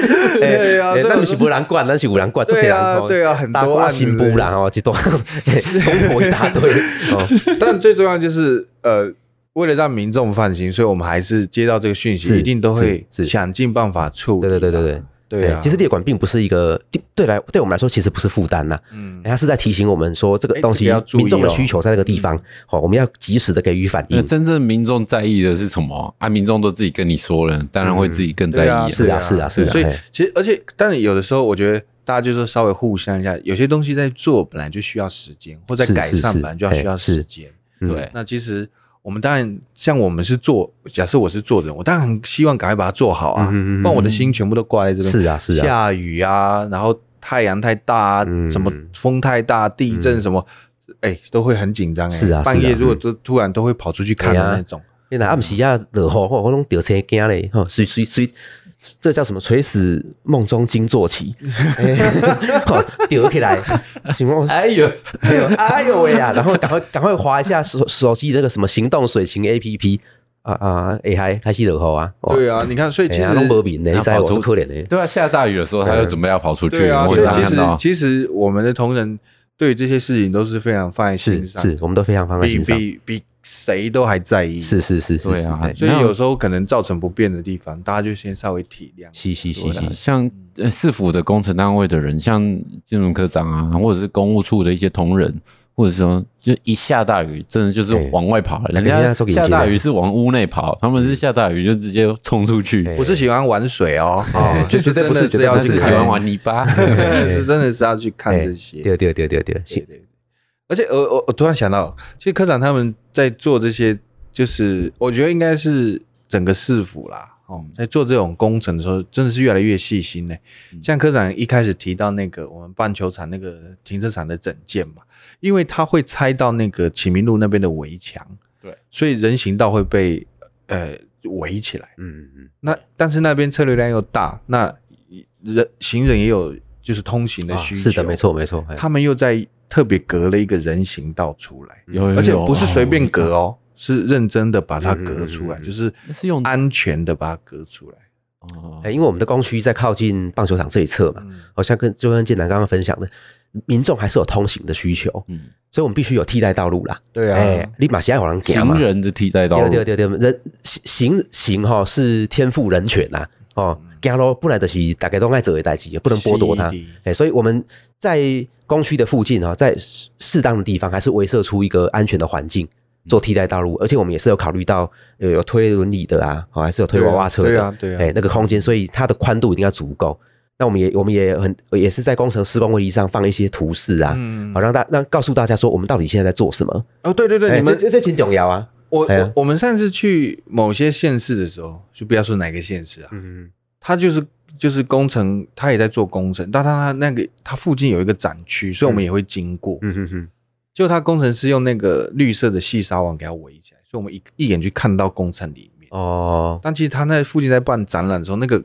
Speaker 2: 对啊
Speaker 4: 哎
Speaker 2: 所
Speaker 4: 哎
Speaker 2: 以
Speaker 4: 那
Speaker 2: 我
Speaker 4: 不是无人管，那是有人管，就这
Speaker 2: 对啊
Speaker 4: 样哦
Speaker 2: 对啊很多
Speaker 4: 大锅
Speaker 2: 案子
Speaker 4: 新布啦，哦，这段 中国一大堆哦，
Speaker 2: 但最重要就是，呃，为了让民众放心，所以我们还是接到这个讯息，
Speaker 4: 是
Speaker 2: 一定都会
Speaker 4: 是是
Speaker 2: 想尽办法处理
Speaker 4: 对
Speaker 2: 啊。
Speaker 4: 对对对对。
Speaker 2: 对啊
Speaker 4: 哎，其实列管并不是一个对来对我们来说其实不是负担呐，
Speaker 2: 嗯，
Speaker 4: 哎它是在提醒我们说这
Speaker 2: 哎
Speaker 4: 个东
Speaker 2: 这个
Speaker 4: 西
Speaker 2: 要注意
Speaker 4: 民众的
Speaker 2: 哦
Speaker 4: 需求在那个地方，哦，我们要及时的给予反
Speaker 3: 那
Speaker 4: 应。
Speaker 2: 嗯
Speaker 3: 真正民众在意的是什么啊？民众都自己跟你说了，当然会自己更在意、
Speaker 2: 嗯对啊
Speaker 4: 是啊，是啊，是啊，
Speaker 2: 所以
Speaker 4: 嘿
Speaker 2: 其实而且，但有的时候我觉得大家就是稍微互相一下，有些东西在做本来就需要时间，或在
Speaker 4: 是
Speaker 2: 改
Speaker 4: 是
Speaker 2: 善
Speaker 4: 是
Speaker 2: 本来就要
Speaker 4: 哎
Speaker 2: 需要
Speaker 4: 是
Speaker 2: 时间。
Speaker 4: 嗯
Speaker 3: 对
Speaker 2: 那其实我们当然，像我们是做，假设我是做人，我当然很希望赶快把它做好啊，
Speaker 4: 嗯嗯嗯嗯
Speaker 2: 不然我的心全部都挂在这边。
Speaker 4: 是啊，是啊，
Speaker 2: 下雨啊，然后太阳太大啊，
Speaker 4: 嗯
Speaker 2: 什么风太大、地震什么，哎、都会很紧张哎。
Speaker 4: 是啊哎
Speaker 2: 半夜
Speaker 4: 是啊
Speaker 2: 如果都突然都会跑出去看的那种，
Speaker 4: 因为那暗时啊，落雨吼，我拢掉车惊嘞，吼，随随随，这叫什么？垂死梦中惊 坐起，哎吼掉起来，想讲
Speaker 3: 哎呦，
Speaker 4: 哎呦哎呦喂啊！然后赶快赶快划一下手手机那个什么行动水情 A P P 啊啊，哎嗨，开始落雨啊，哦，
Speaker 2: 对啊，你看，所以
Speaker 4: 哎
Speaker 2: 其实
Speaker 4: 呀，拢无面的，
Speaker 3: 那
Speaker 4: 你知道
Speaker 3: 跑
Speaker 4: 我
Speaker 3: 出
Speaker 4: 是可怜的，
Speaker 3: 对啊，下大雨的时候，他就准备要跑出去，
Speaker 2: 对啊，
Speaker 3: 我
Speaker 2: 所
Speaker 3: 们
Speaker 2: 以
Speaker 3: 常
Speaker 2: 其
Speaker 3: 看
Speaker 2: 实
Speaker 3: 到。
Speaker 2: 其实我们的同仁对于这些事情都是非常放在心
Speaker 4: 是
Speaker 2: 上，
Speaker 4: 是，我们都非常放在
Speaker 2: 比
Speaker 4: 心上，
Speaker 2: 比比谁都还在意。
Speaker 4: 是是是是
Speaker 3: 对
Speaker 4: 是，
Speaker 3: 啊
Speaker 4: 哎
Speaker 2: 所以有时候可能造成不便的地方，大家就先稍微体谅。
Speaker 4: 是是
Speaker 3: 对
Speaker 4: 是
Speaker 3: 啊
Speaker 4: 是，
Speaker 3: 像呃市府的工程单位的人，像金融科长啊，或者是公务处的一些同仁，或者说就一下大雨，真的就是
Speaker 4: 对
Speaker 3: 往外跑了。
Speaker 4: 那
Speaker 3: 人
Speaker 4: 个现
Speaker 3: 家
Speaker 4: 哎在做给你
Speaker 3: 下
Speaker 4: 接的嗯
Speaker 3: 大雨是往屋内跑，他们是下大雨就直接冲出去，
Speaker 4: 哎
Speaker 2: 不是喜欢玩水 哦，
Speaker 4: 哎
Speaker 2: 哦，就是
Speaker 4: 绝对
Speaker 2: 真
Speaker 4: 不
Speaker 2: 的
Speaker 4: 是
Speaker 2: 是
Speaker 4: 绝对
Speaker 2: 要
Speaker 3: 他
Speaker 4: 不
Speaker 2: 去
Speaker 3: 是
Speaker 4: 哎
Speaker 3: 喜
Speaker 2: 看
Speaker 3: 欢玩泥 巴。
Speaker 2: 是真的是要去看这些。
Speaker 4: 对啊对对对对，
Speaker 2: 对
Speaker 4: 是
Speaker 2: 对对，而且呃我我我突然想到，其实科长他们在做这些，就是我觉得应该是整个市府啦，哦，
Speaker 4: 嗯
Speaker 2: 在做这种工程的时候，真的是越来越细心呢、
Speaker 4: 嗯
Speaker 2: 像科长一开始提到那个我们棒球场那个停车场的整建嘛，因为他会拆到那个启明路那边的围墙，
Speaker 3: 对，
Speaker 2: 所以人行道会被呃围起来。
Speaker 4: 嗯嗯
Speaker 2: 那但是那边车流量又大，那人行人也有就是通行
Speaker 4: 嗯，
Speaker 2: 的
Speaker 4: 啊
Speaker 2: 需求，
Speaker 4: 是的，没错没错，哎
Speaker 2: 他们又在特别隔了一个人行道出来，
Speaker 3: 有
Speaker 4: 哎
Speaker 3: 有有，
Speaker 2: 而且不是随便
Speaker 3: 哦
Speaker 2: 隔哦，是认真的把它隔出来，
Speaker 4: 嗯嗯嗯嗯
Speaker 2: 就是
Speaker 3: 那是用
Speaker 2: 安全的把它隔出来。
Speaker 3: 哦
Speaker 4: 哎，因为我们的工区在靠近棒球场这一侧嘛，
Speaker 2: 嗯，
Speaker 4: 好像跟就跟建南刚刚分享的，民众还是有通行的需求，
Speaker 3: 嗯，
Speaker 4: 所以我们必须有替代道路啦。
Speaker 2: 对
Speaker 4: 哎
Speaker 2: 啊，，
Speaker 4: 立马西爱往人行
Speaker 3: 行
Speaker 4: 嘛，
Speaker 3: 人的替代道路，
Speaker 4: 对对对对，人行行哈是天赋人权呐、哦，行路本来就是大家都爱做的代志，不能剥夺它
Speaker 2: 嗯是的。
Speaker 4: 哎，所以我们在工区的附近哈、哦，在适当的地方还是围设出一个安全的环境。
Speaker 2: 嗯
Speaker 4: 做替代道路，而且我们也是有考虑到有有推轮椅的啊，哦，还是有推娃娃车的，
Speaker 2: 对啊对啊
Speaker 4: 哎、那个空间，所以它的宽度一定要足够。那我们也我们也很也是在工程施工会议上放一些图示啊，
Speaker 2: 嗯
Speaker 4: 好、让大让告诉大家说我们到底现在在做什么。
Speaker 2: 哦，对对对，
Speaker 4: 哎
Speaker 2: 你们
Speaker 4: 这这这挺重要啊，
Speaker 2: 我
Speaker 4: 哎呀
Speaker 2: 我我们上次去某些县市的时候，就不要说哪个县市啊，
Speaker 4: 嗯，
Speaker 2: 它就是就是工程，它也在做工程，但它它那个它附近有一个展区，所以我们也会经过。
Speaker 4: 嗯哼哼，
Speaker 2: 就他工程师用那个绿色的细纱网给它围起来，所以我们一一眼就看到工程里面。
Speaker 4: 哦，
Speaker 2: 但其实他那附近在办展览的时候，那个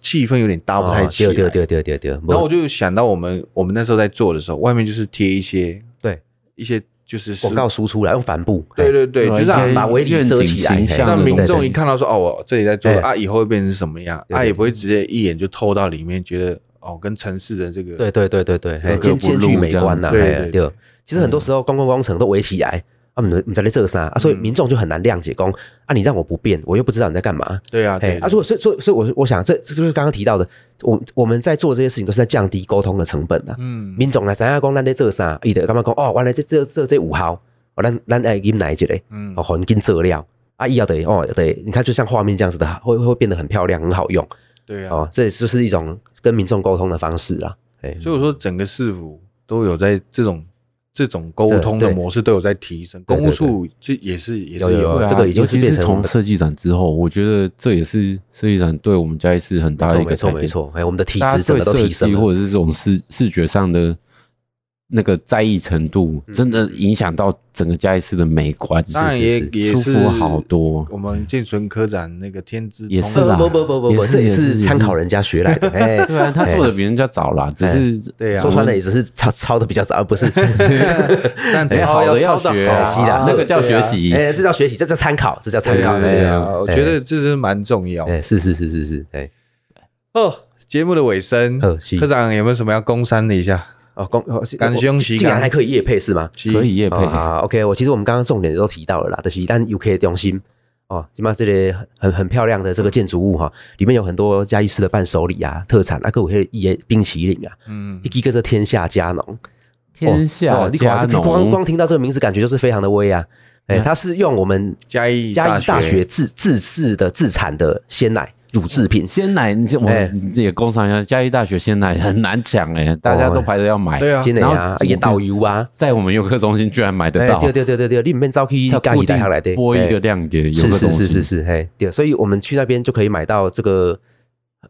Speaker 2: 气氛有点搭不太
Speaker 4: 哦
Speaker 2: 起来。
Speaker 4: 对对对对对对，
Speaker 2: 然后我
Speaker 4: 没
Speaker 2: 就想到我们我们那时候在做的时候，外面就是贴一些
Speaker 4: 对
Speaker 2: 一些就是是
Speaker 4: 广告输出来，用帆布，
Speaker 2: 对对对，就是
Speaker 4: 一
Speaker 2: 让
Speaker 4: 些把围篱遮起来
Speaker 3: 啊愿景形象的
Speaker 2: 让
Speaker 3: 东西
Speaker 2: 民众一看到说哦，我这里在做
Speaker 4: 哎
Speaker 2: 啊，以后会变成什么样，
Speaker 4: 对对
Speaker 2: 啊，也不会直接一眼就透到里面，觉得哦，跟城市的这个
Speaker 4: 对对对对对，嘿
Speaker 3: 格
Speaker 4: 兼
Speaker 3: 不入
Speaker 4: 兼具美观呐、
Speaker 2: 这样子
Speaker 4: 嘿
Speaker 2: 对对
Speaker 4: 对。其实很多时候观光工程都围起来，啊，你你在那这啥啊，所
Speaker 2: 嗯
Speaker 4: 以民众就很难谅解，公啊，你让我不便，我又不知道你在干嘛。
Speaker 2: 对啊，
Speaker 4: 嘿
Speaker 2: 对
Speaker 4: 啊，如果所以所以所以我我想这这就是刚刚提到的，我我们在做这些事情都是在降低沟通的成本的、啊。
Speaker 2: 嗯，
Speaker 4: 民众来咱要讲咱在做啥，伊就感觉讲哦，原来这这这这五号，哦，咱咱爱忍耐一下，
Speaker 2: 嗯
Speaker 4: 哦，，很紧做料啊，以后得哦对，你看就像画面这样子的，会会会变得很漂亮，很好用
Speaker 2: 对啊
Speaker 4: 哦，，这也就是一种跟民众沟通的方式啦。哎，
Speaker 2: 所以我说整个市府都有在这种这种沟通的
Speaker 4: 对对
Speaker 2: 模式都有在提升，公务处就也是也是
Speaker 4: 有有
Speaker 2: 有
Speaker 3: 对啊
Speaker 4: 这个已经
Speaker 3: 尤
Speaker 4: 是
Speaker 3: 其
Speaker 4: 变
Speaker 3: 是
Speaker 4: 成我
Speaker 3: 从
Speaker 4: 们的
Speaker 3: 设计展之后，我觉得这也是设计展对我们嘉义市很
Speaker 4: 没
Speaker 3: 大的
Speaker 4: 错
Speaker 3: 一个
Speaker 4: 没错
Speaker 3: 改
Speaker 4: 没
Speaker 3: 变。
Speaker 4: 错，哎，我们的体
Speaker 3: 大
Speaker 4: 质
Speaker 3: 家
Speaker 4: 整
Speaker 3: 对
Speaker 4: 个都
Speaker 3: 设
Speaker 4: 提升
Speaker 3: 计
Speaker 4: 了，
Speaker 3: 或者是这种视视觉上的那个在意程度，
Speaker 4: 嗯
Speaker 3: 真的影响到整个嘉义市的美观，
Speaker 2: 当然
Speaker 3: 是
Speaker 2: 也
Speaker 3: 是是
Speaker 2: 也
Speaker 3: 舒
Speaker 2: 是
Speaker 3: 服好多。
Speaker 2: 我们建存科展那个天之
Speaker 3: 也
Speaker 2: 聪
Speaker 3: 是啦
Speaker 4: 呃不不不不
Speaker 3: 也
Speaker 4: 不，
Speaker 3: 是
Speaker 4: 这也
Speaker 3: 也是也
Speaker 4: 是
Speaker 3: 是
Speaker 4: 参考人家学来的，哎，
Speaker 3: 对啊，他做的比人家早啦，只是
Speaker 2: 对啊
Speaker 4: 说，穿了也只是抄抄的比较早，而不是 哦
Speaker 2: 但
Speaker 3: 哎
Speaker 2: 超
Speaker 3: 好
Speaker 2: 超
Speaker 3: 的要
Speaker 2: 的
Speaker 3: 学
Speaker 2: 好
Speaker 3: 啊
Speaker 2: 啊，
Speaker 4: 是的
Speaker 3: 那个叫
Speaker 4: 对啊
Speaker 3: 学习
Speaker 4: 哎，这叫学习，这叫参考，这叫参
Speaker 2: 对
Speaker 4: 考，
Speaker 2: 啊
Speaker 4: 哎
Speaker 2: 对啊，我觉
Speaker 4: 哎
Speaker 2: 得这是蛮重要的
Speaker 4: 哎，是是是是是，哎，
Speaker 2: 哦。节目的尾声
Speaker 4: 哦，是
Speaker 2: 科长有没有什么要攻山的一下？
Speaker 4: 哦，公哦是
Speaker 2: 感
Speaker 4: 我
Speaker 2: 胸旗
Speaker 4: 竟然
Speaker 2: 杆
Speaker 4: 还可以夜配是吗？
Speaker 2: 是
Speaker 3: 可以业配
Speaker 4: 哦，好好 OK，我其实我们刚刚重点都提到了啦，就是咱 UK 的中心哦，起码这里很很漂亮的这个建筑物哈、里面有很多嘉义市的伴手礼啊、特产啊，各有迄些冰淇淋啊，
Speaker 2: 嗯
Speaker 4: 一，个叫做天下佳农。
Speaker 3: 天
Speaker 4: 哇
Speaker 3: 下
Speaker 4: 哦你看啊
Speaker 3: 佳
Speaker 4: 这个光光
Speaker 3: 农。
Speaker 4: 听到这个名字，感觉就是非常的威啊！哎、它是用我们
Speaker 2: 嘉义
Speaker 4: 嘉义大学
Speaker 2: 学，
Speaker 4: 自自制的自产的鲜奶乳制品，
Speaker 3: 鲜奶，你这我
Speaker 4: 哎
Speaker 3: 们也工商一下，嘉义大学鲜奶很难抢哎，大家都排着要买。
Speaker 2: 对啊
Speaker 4: 鲜奶
Speaker 3: 然
Speaker 4: 啊
Speaker 3: 后，
Speaker 4: 也导游啊，
Speaker 3: 在我们游客中心居然买得
Speaker 4: 哎、
Speaker 3: 到，
Speaker 4: 对对对对对，你们招去
Speaker 3: 它
Speaker 4: 嘉
Speaker 3: 固
Speaker 4: 义大
Speaker 3: 定
Speaker 4: 学来的，
Speaker 3: 播一
Speaker 4: 哎
Speaker 3: 个量给游
Speaker 4: 是
Speaker 3: 客
Speaker 4: 是
Speaker 3: 中
Speaker 4: 是
Speaker 3: 心。
Speaker 4: 是是，嘿，对，所以我们去那边就可以买到这个，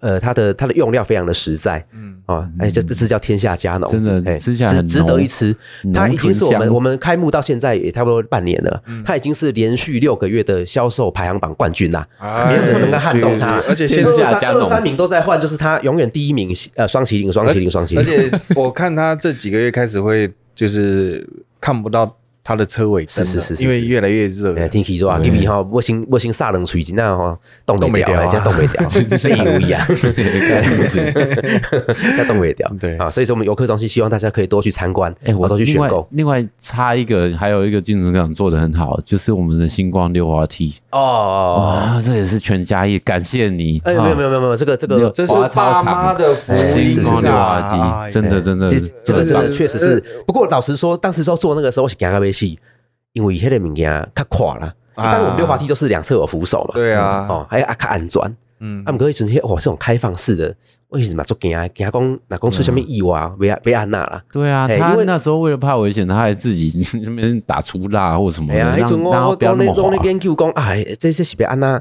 Speaker 4: 呃，它的它的用料非常的实在
Speaker 2: 嗯，
Speaker 4: 啊，哎，这这是叫天下佳农，
Speaker 3: 真的
Speaker 4: 嘿
Speaker 3: 吃起来
Speaker 4: 值
Speaker 3: 很
Speaker 4: 值得
Speaker 3: 浓
Speaker 4: 一吃。
Speaker 3: 浓
Speaker 4: 它已经
Speaker 3: 醇
Speaker 4: 是我们
Speaker 3: 香
Speaker 4: 我们开幕到现在也差不多半年了，
Speaker 2: 嗯
Speaker 4: 它已经是连续六个月的销售排行榜冠军啦，没有人能够撼动它
Speaker 2: 哎是是而且
Speaker 3: 天
Speaker 2: 现
Speaker 3: 下
Speaker 4: 二
Speaker 3: 佳
Speaker 4: 三
Speaker 3: 农
Speaker 4: 二三名都在换，就是它永远第一名，呃，双麒麟，双麒麟，双麒麟，
Speaker 2: 哎而且我看他这几个月开始会就是看不到他的车尾灯了，
Speaker 4: 是是是是
Speaker 2: 因为越来越热
Speaker 4: 哎，
Speaker 2: 了。
Speaker 4: 天气热啊，
Speaker 3: 对
Speaker 4: 因为吼，我先我先煞冷水，真那吼冻
Speaker 2: 冻
Speaker 4: 袂
Speaker 2: 不
Speaker 4: 掉，
Speaker 2: 掉
Speaker 4: 哎
Speaker 2: 啊
Speaker 4: 真冻袂掉，所以有意 啊，要冻袂掉，
Speaker 2: 对
Speaker 4: 啊，所以说我们游客中心希望大家可以多去参观，
Speaker 3: 哎、我
Speaker 4: 多哦去
Speaker 3: 另
Speaker 4: 选
Speaker 3: 外
Speaker 4: 购
Speaker 3: 另外插一个，还有一个竞争港做的很好，就是我们的星光溜滑梯
Speaker 4: 哦。
Speaker 3: 啊，这也是全家业，感谢你。
Speaker 4: 哎，没有
Speaker 3: 有，
Speaker 4: 没有没有没有，这个这
Speaker 3: 六
Speaker 4: 个
Speaker 2: 这是
Speaker 3: 滑操
Speaker 2: 爸
Speaker 3: 场
Speaker 2: 妈的福
Speaker 4: 哎
Speaker 2: 音
Speaker 3: 星光
Speaker 4: 是
Speaker 3: 溜
Speaker 2: 啊！
Speaker 3: 滑
Speaker 2: 哎
Speaker 3: 机真的真的
Speaker 4: 这呃这个
Speaker 2: 真的
Speaker 4: 这个确实是，不过老实说，当时说做那个时候，我是惊到要死，因为迄个物件较啊垮啦。一般我们溜滑梯哎都是两侧有扶手嘛，
Speaker 2: 啊对啊
Speaker 4: 哦，还有啊较安全。
Speaker 2: 嗯
Speaker 4: 啊，毋过迄阵迄哇，这种开放式的，我是嘛足惊的，惊讲若讲出什么意外，别啊别安那啦。
Speaker 3: 对啊，
Speaker 4: 哎
Speaker 3: 他
Speaker 4: 因为
Speaker 3: 那时候为了怕危险，他还自己 那边打出蜡或什么
Speaker 4: 哎
Speaker 3: 的，
Speaker 4: 呀，迄
Speaker 3: 让
Speaker 4: 阵我
Speaker 3: 让
Speaker 4: 我
Speaker 3: 他不要
Speaker 4: 我
Speaker 3: 那
Speaker 4: 那
Speaker 3: 么啊滑
Speaker 4: 我。那研究讲，哎，这些是别安那，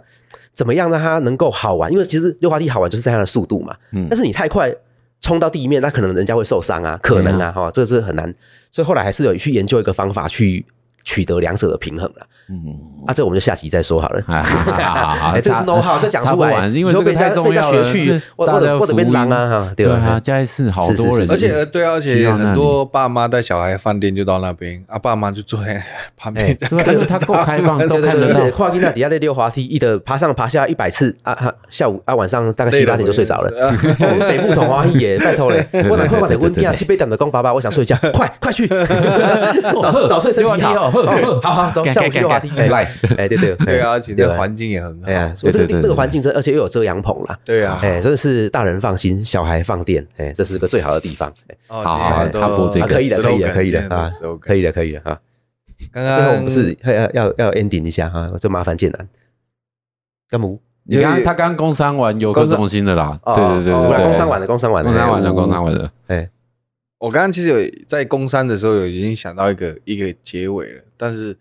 Speaker 4: 怎么样让它能够好玩？因为其实溜滑梯好玩就是在它的速度嘛，
Speaker 3: 嗯
Speaker 4: 但是你太快冲到地面，那可能人家会受伤啊，可能啊，哈、这是很难。所以后来还是有去研究一个方法去取得两者的平衡了。
Speaker 3: 嗯，
Speaker 4: 啊，这我们就下集再说好了。
Speaker 3: 哎好好好好
Speaker 4: 哎，这个是
Speaker 3: 插
Speaker 4: know how，这讲
Speaker 3: 插
Speaker 4: 出
Speaker 3: 不
Speaker 4: 来，
Speaker 3: 完因为
Speaker 4: 以
Speaker 3: 这
Speaker 4: 后
Speaker 3: 个
Speaker 4: 被人家
Speaker 3: 太重
Speaker 4: 被人家
Speaker 3: 要
Speaker 4: 学
Speaker 3: 了
Speaker 4: 去
Speaker 3: 这，
Speaker 4: 我
Speaker 3: 大
Speaker 4: 我
Speaker 3: 家
Speaker 4: 的我的
Speaker 3: 福
Speaker 4: 被
Speaker 3: 音
Speaker 4: 狼啊，哈，
Speaker 3: 对
Speaker 4: 吧？
Speaker 3: 啊，嘉义市好多人，
Speaker 4: 是
Speaker 2: 而且呃对啊，而
Speaker 3: 去
Speaker 2: 且
Speaker 3: 到那里
Speaker 2: 很多爸妈带小孩饭店就到那边，啊，爸妈就坐在旁边
Speaker 4: 哎
Speaker 2: 这样
Speaker 3: 对 啊，因为他够开放，都
Speaker 4: 对
Speaker 3: 看
Speaker 4: 对
Speaker 3: 得
Speaker 4: 对，
Speaker 3: 到。
Speaker 4: 跨进那底下在溜滑梯，一的爬上爬下一百次啊啊！下午啊晚上大概七八点就睡着了。我们北部同花一耶，拜托嘞！我哪快把你温掉，去被等的公爸爸，我想睡觉，快快去，早早睡身体好。好好走，下午去溜滑梯。来，哎对对
Speaker 2: 对啊，而且那个
Speaker 4: 环，
Speaker 2: 环境也很好
Speaker 4: 哎。呀，我这个那个环境真，而且又有遮阳棚啦。
Speaker 2: 对啊，
Speaker 4: 哎，真的是大人放心，小孩放电，哎，这是个最好的地方。
Speaker 2: 哦
Speaker 3: 好好
Speaker 2: 今天都
Speaker 3: 差不多这个
Speaker 4: 啊，可以的，可以的，可以
Speaker 2: slogan，今天
Speaker 4: 的
Speaker 2: 都
Speaker 4: 啊，
Speaker 2: slogan
Speaker 4: 可以的，可以的啊。
Speaker 2: 刚
Speaker 4: 最后我
Speaker 2: 刚
Speaker 4: 们是要要要要 ending 一下哈，这麻烦建南，干嘛？
Speaker 3: 你刚
Speaker 2: 有
Speaker 3: 刚他刚工商完游客中心的啦，
Speaker 4: 哦
Speaker 3: 对对对
Speaker 2: 哦
Speaker 3: 对
Speaker 4: 不
Speaker 3: 对，
Speaker 4: 然工商完了，工商完了，
Speaker 3: 工商完了，
Speaker 4: 哎
Speaker 3: 工商。完了。
Speaker 4: 哎，
Speaker 2: 我刚刚其实有在攻山的时候有已经想到一个一个结尾了，但是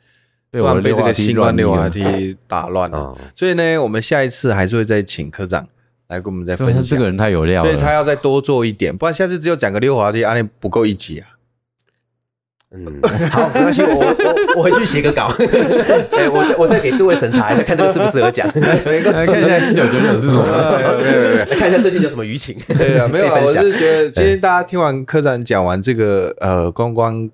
Speaker 3: 被
Speaker 2: 哎突
Speaker 3: 我的
Speaker 2: 然被这个新冠
Speaker 3: 溜
Speaker 2: 溜
Speaker 3: 滑
Speaker 2: 滑
Speaker 3: 梯
Speaker 2: 梯打乱了，
Speaker 4: 哦，
Speaker 2: 所以呢，我们下一次还是会再请科长来跟我们再
Speaker 3: 对，
Speaker 2: 分
Speaker 3: 他
Speaker 2: 享。
Speaker 3: 这个人太有料
Speaker 2: 所以他
Speaker 3: 了。
Speaker 2: 要再多做一点，不然下次只有讲个溜滑梯，阿、啊、不够一集啊。
Speaker 4: 嗯，好，没关系，我我我回去写个稿，哎，我再我再给各位审查一下，看这个适不适合讲，
Speaker 3: 来 看一下一九九九是什么？
Speaker 4: 看一下最近有什么舆情。
Speaker 2: 对啊，没有啊，
Speaker 4: 可以
Speaker 2: 我
Speaker 4: 分享
Speaker 2: 是觉得今天大家听完科长讲完这个呃观光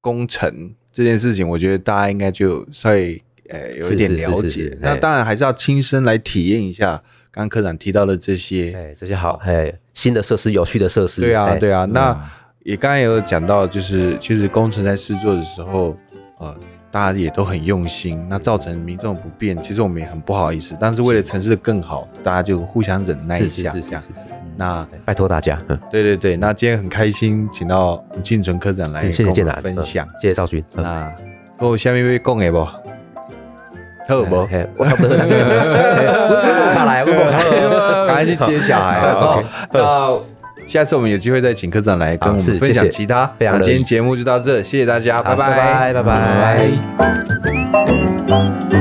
Speaker 2: 工程这件事情，我觉得大家应该就稍微呃有一点
Speaker 4: 是是是
Speaker 2: 了解。
Speaker 4: 是是
Speaker 2: 那
Speaker 4: 哎
Speaker 2: 当然还是要亲身来体验一下刚刚科长提到的这些。
Speaker 4: 哎，这些好，哎，新的设施，有趣的设施，
Speaker 2: 对啊，
Speaker 4: 哎
Speaker 2: 对啊。 那
Speaker 3: 嗯
Speaker 2: 也刚才也有讲到，就是其实工程在试做的时候，呃，大家也都很用心，那造成民众不便，其实我们也很不好意思。但是为了城市的更好，大家就互相忍耐一
Speaker 4: 是是
Speaker 2: 下。
Speaker 4: 是
Speaker 2: 这
Speaker 4: 是
Speaker 2: 样
Speaker 4: 是，是
Speaker 2: 那
Speaker 4: 哎拜托大家，嗯
Speaker 2: 对对对，那今天很开心，请到吴敬存科长来
Speaker 4: 谢谢
Speaker 2: 跟我
Speaker 4: 建
Speaker 2: 们
Speaker 4: 南，
Speaker 2: 分
Speaker 4: 嗯
Speaker 2: 享。
Speaker 4: 谢谢赵军，嗯
Speaker 2: 那够下面要讲的不？特不？
Speaker 4: 哎我差不多哎我我卡来，我我卡来。
Speaker 2: 赶快去接小孩
Speaker 4: 好嗯
Speaker 2: 哦。那下次我们有机会再请科长来跟我
Speaker 4: 好是
Speaker 2: 们分
Speaker 4: 谢
Speaker 2: 享
Speaker 4: 谢
Speaker 2: 其他。
Speaker 4: 非常
Speaker 2: 那
Speaker 4: 乐意
Speaker 2: 今天节目就到这，谢谢大家，
Speaker 4: 好拜拜，拜拜。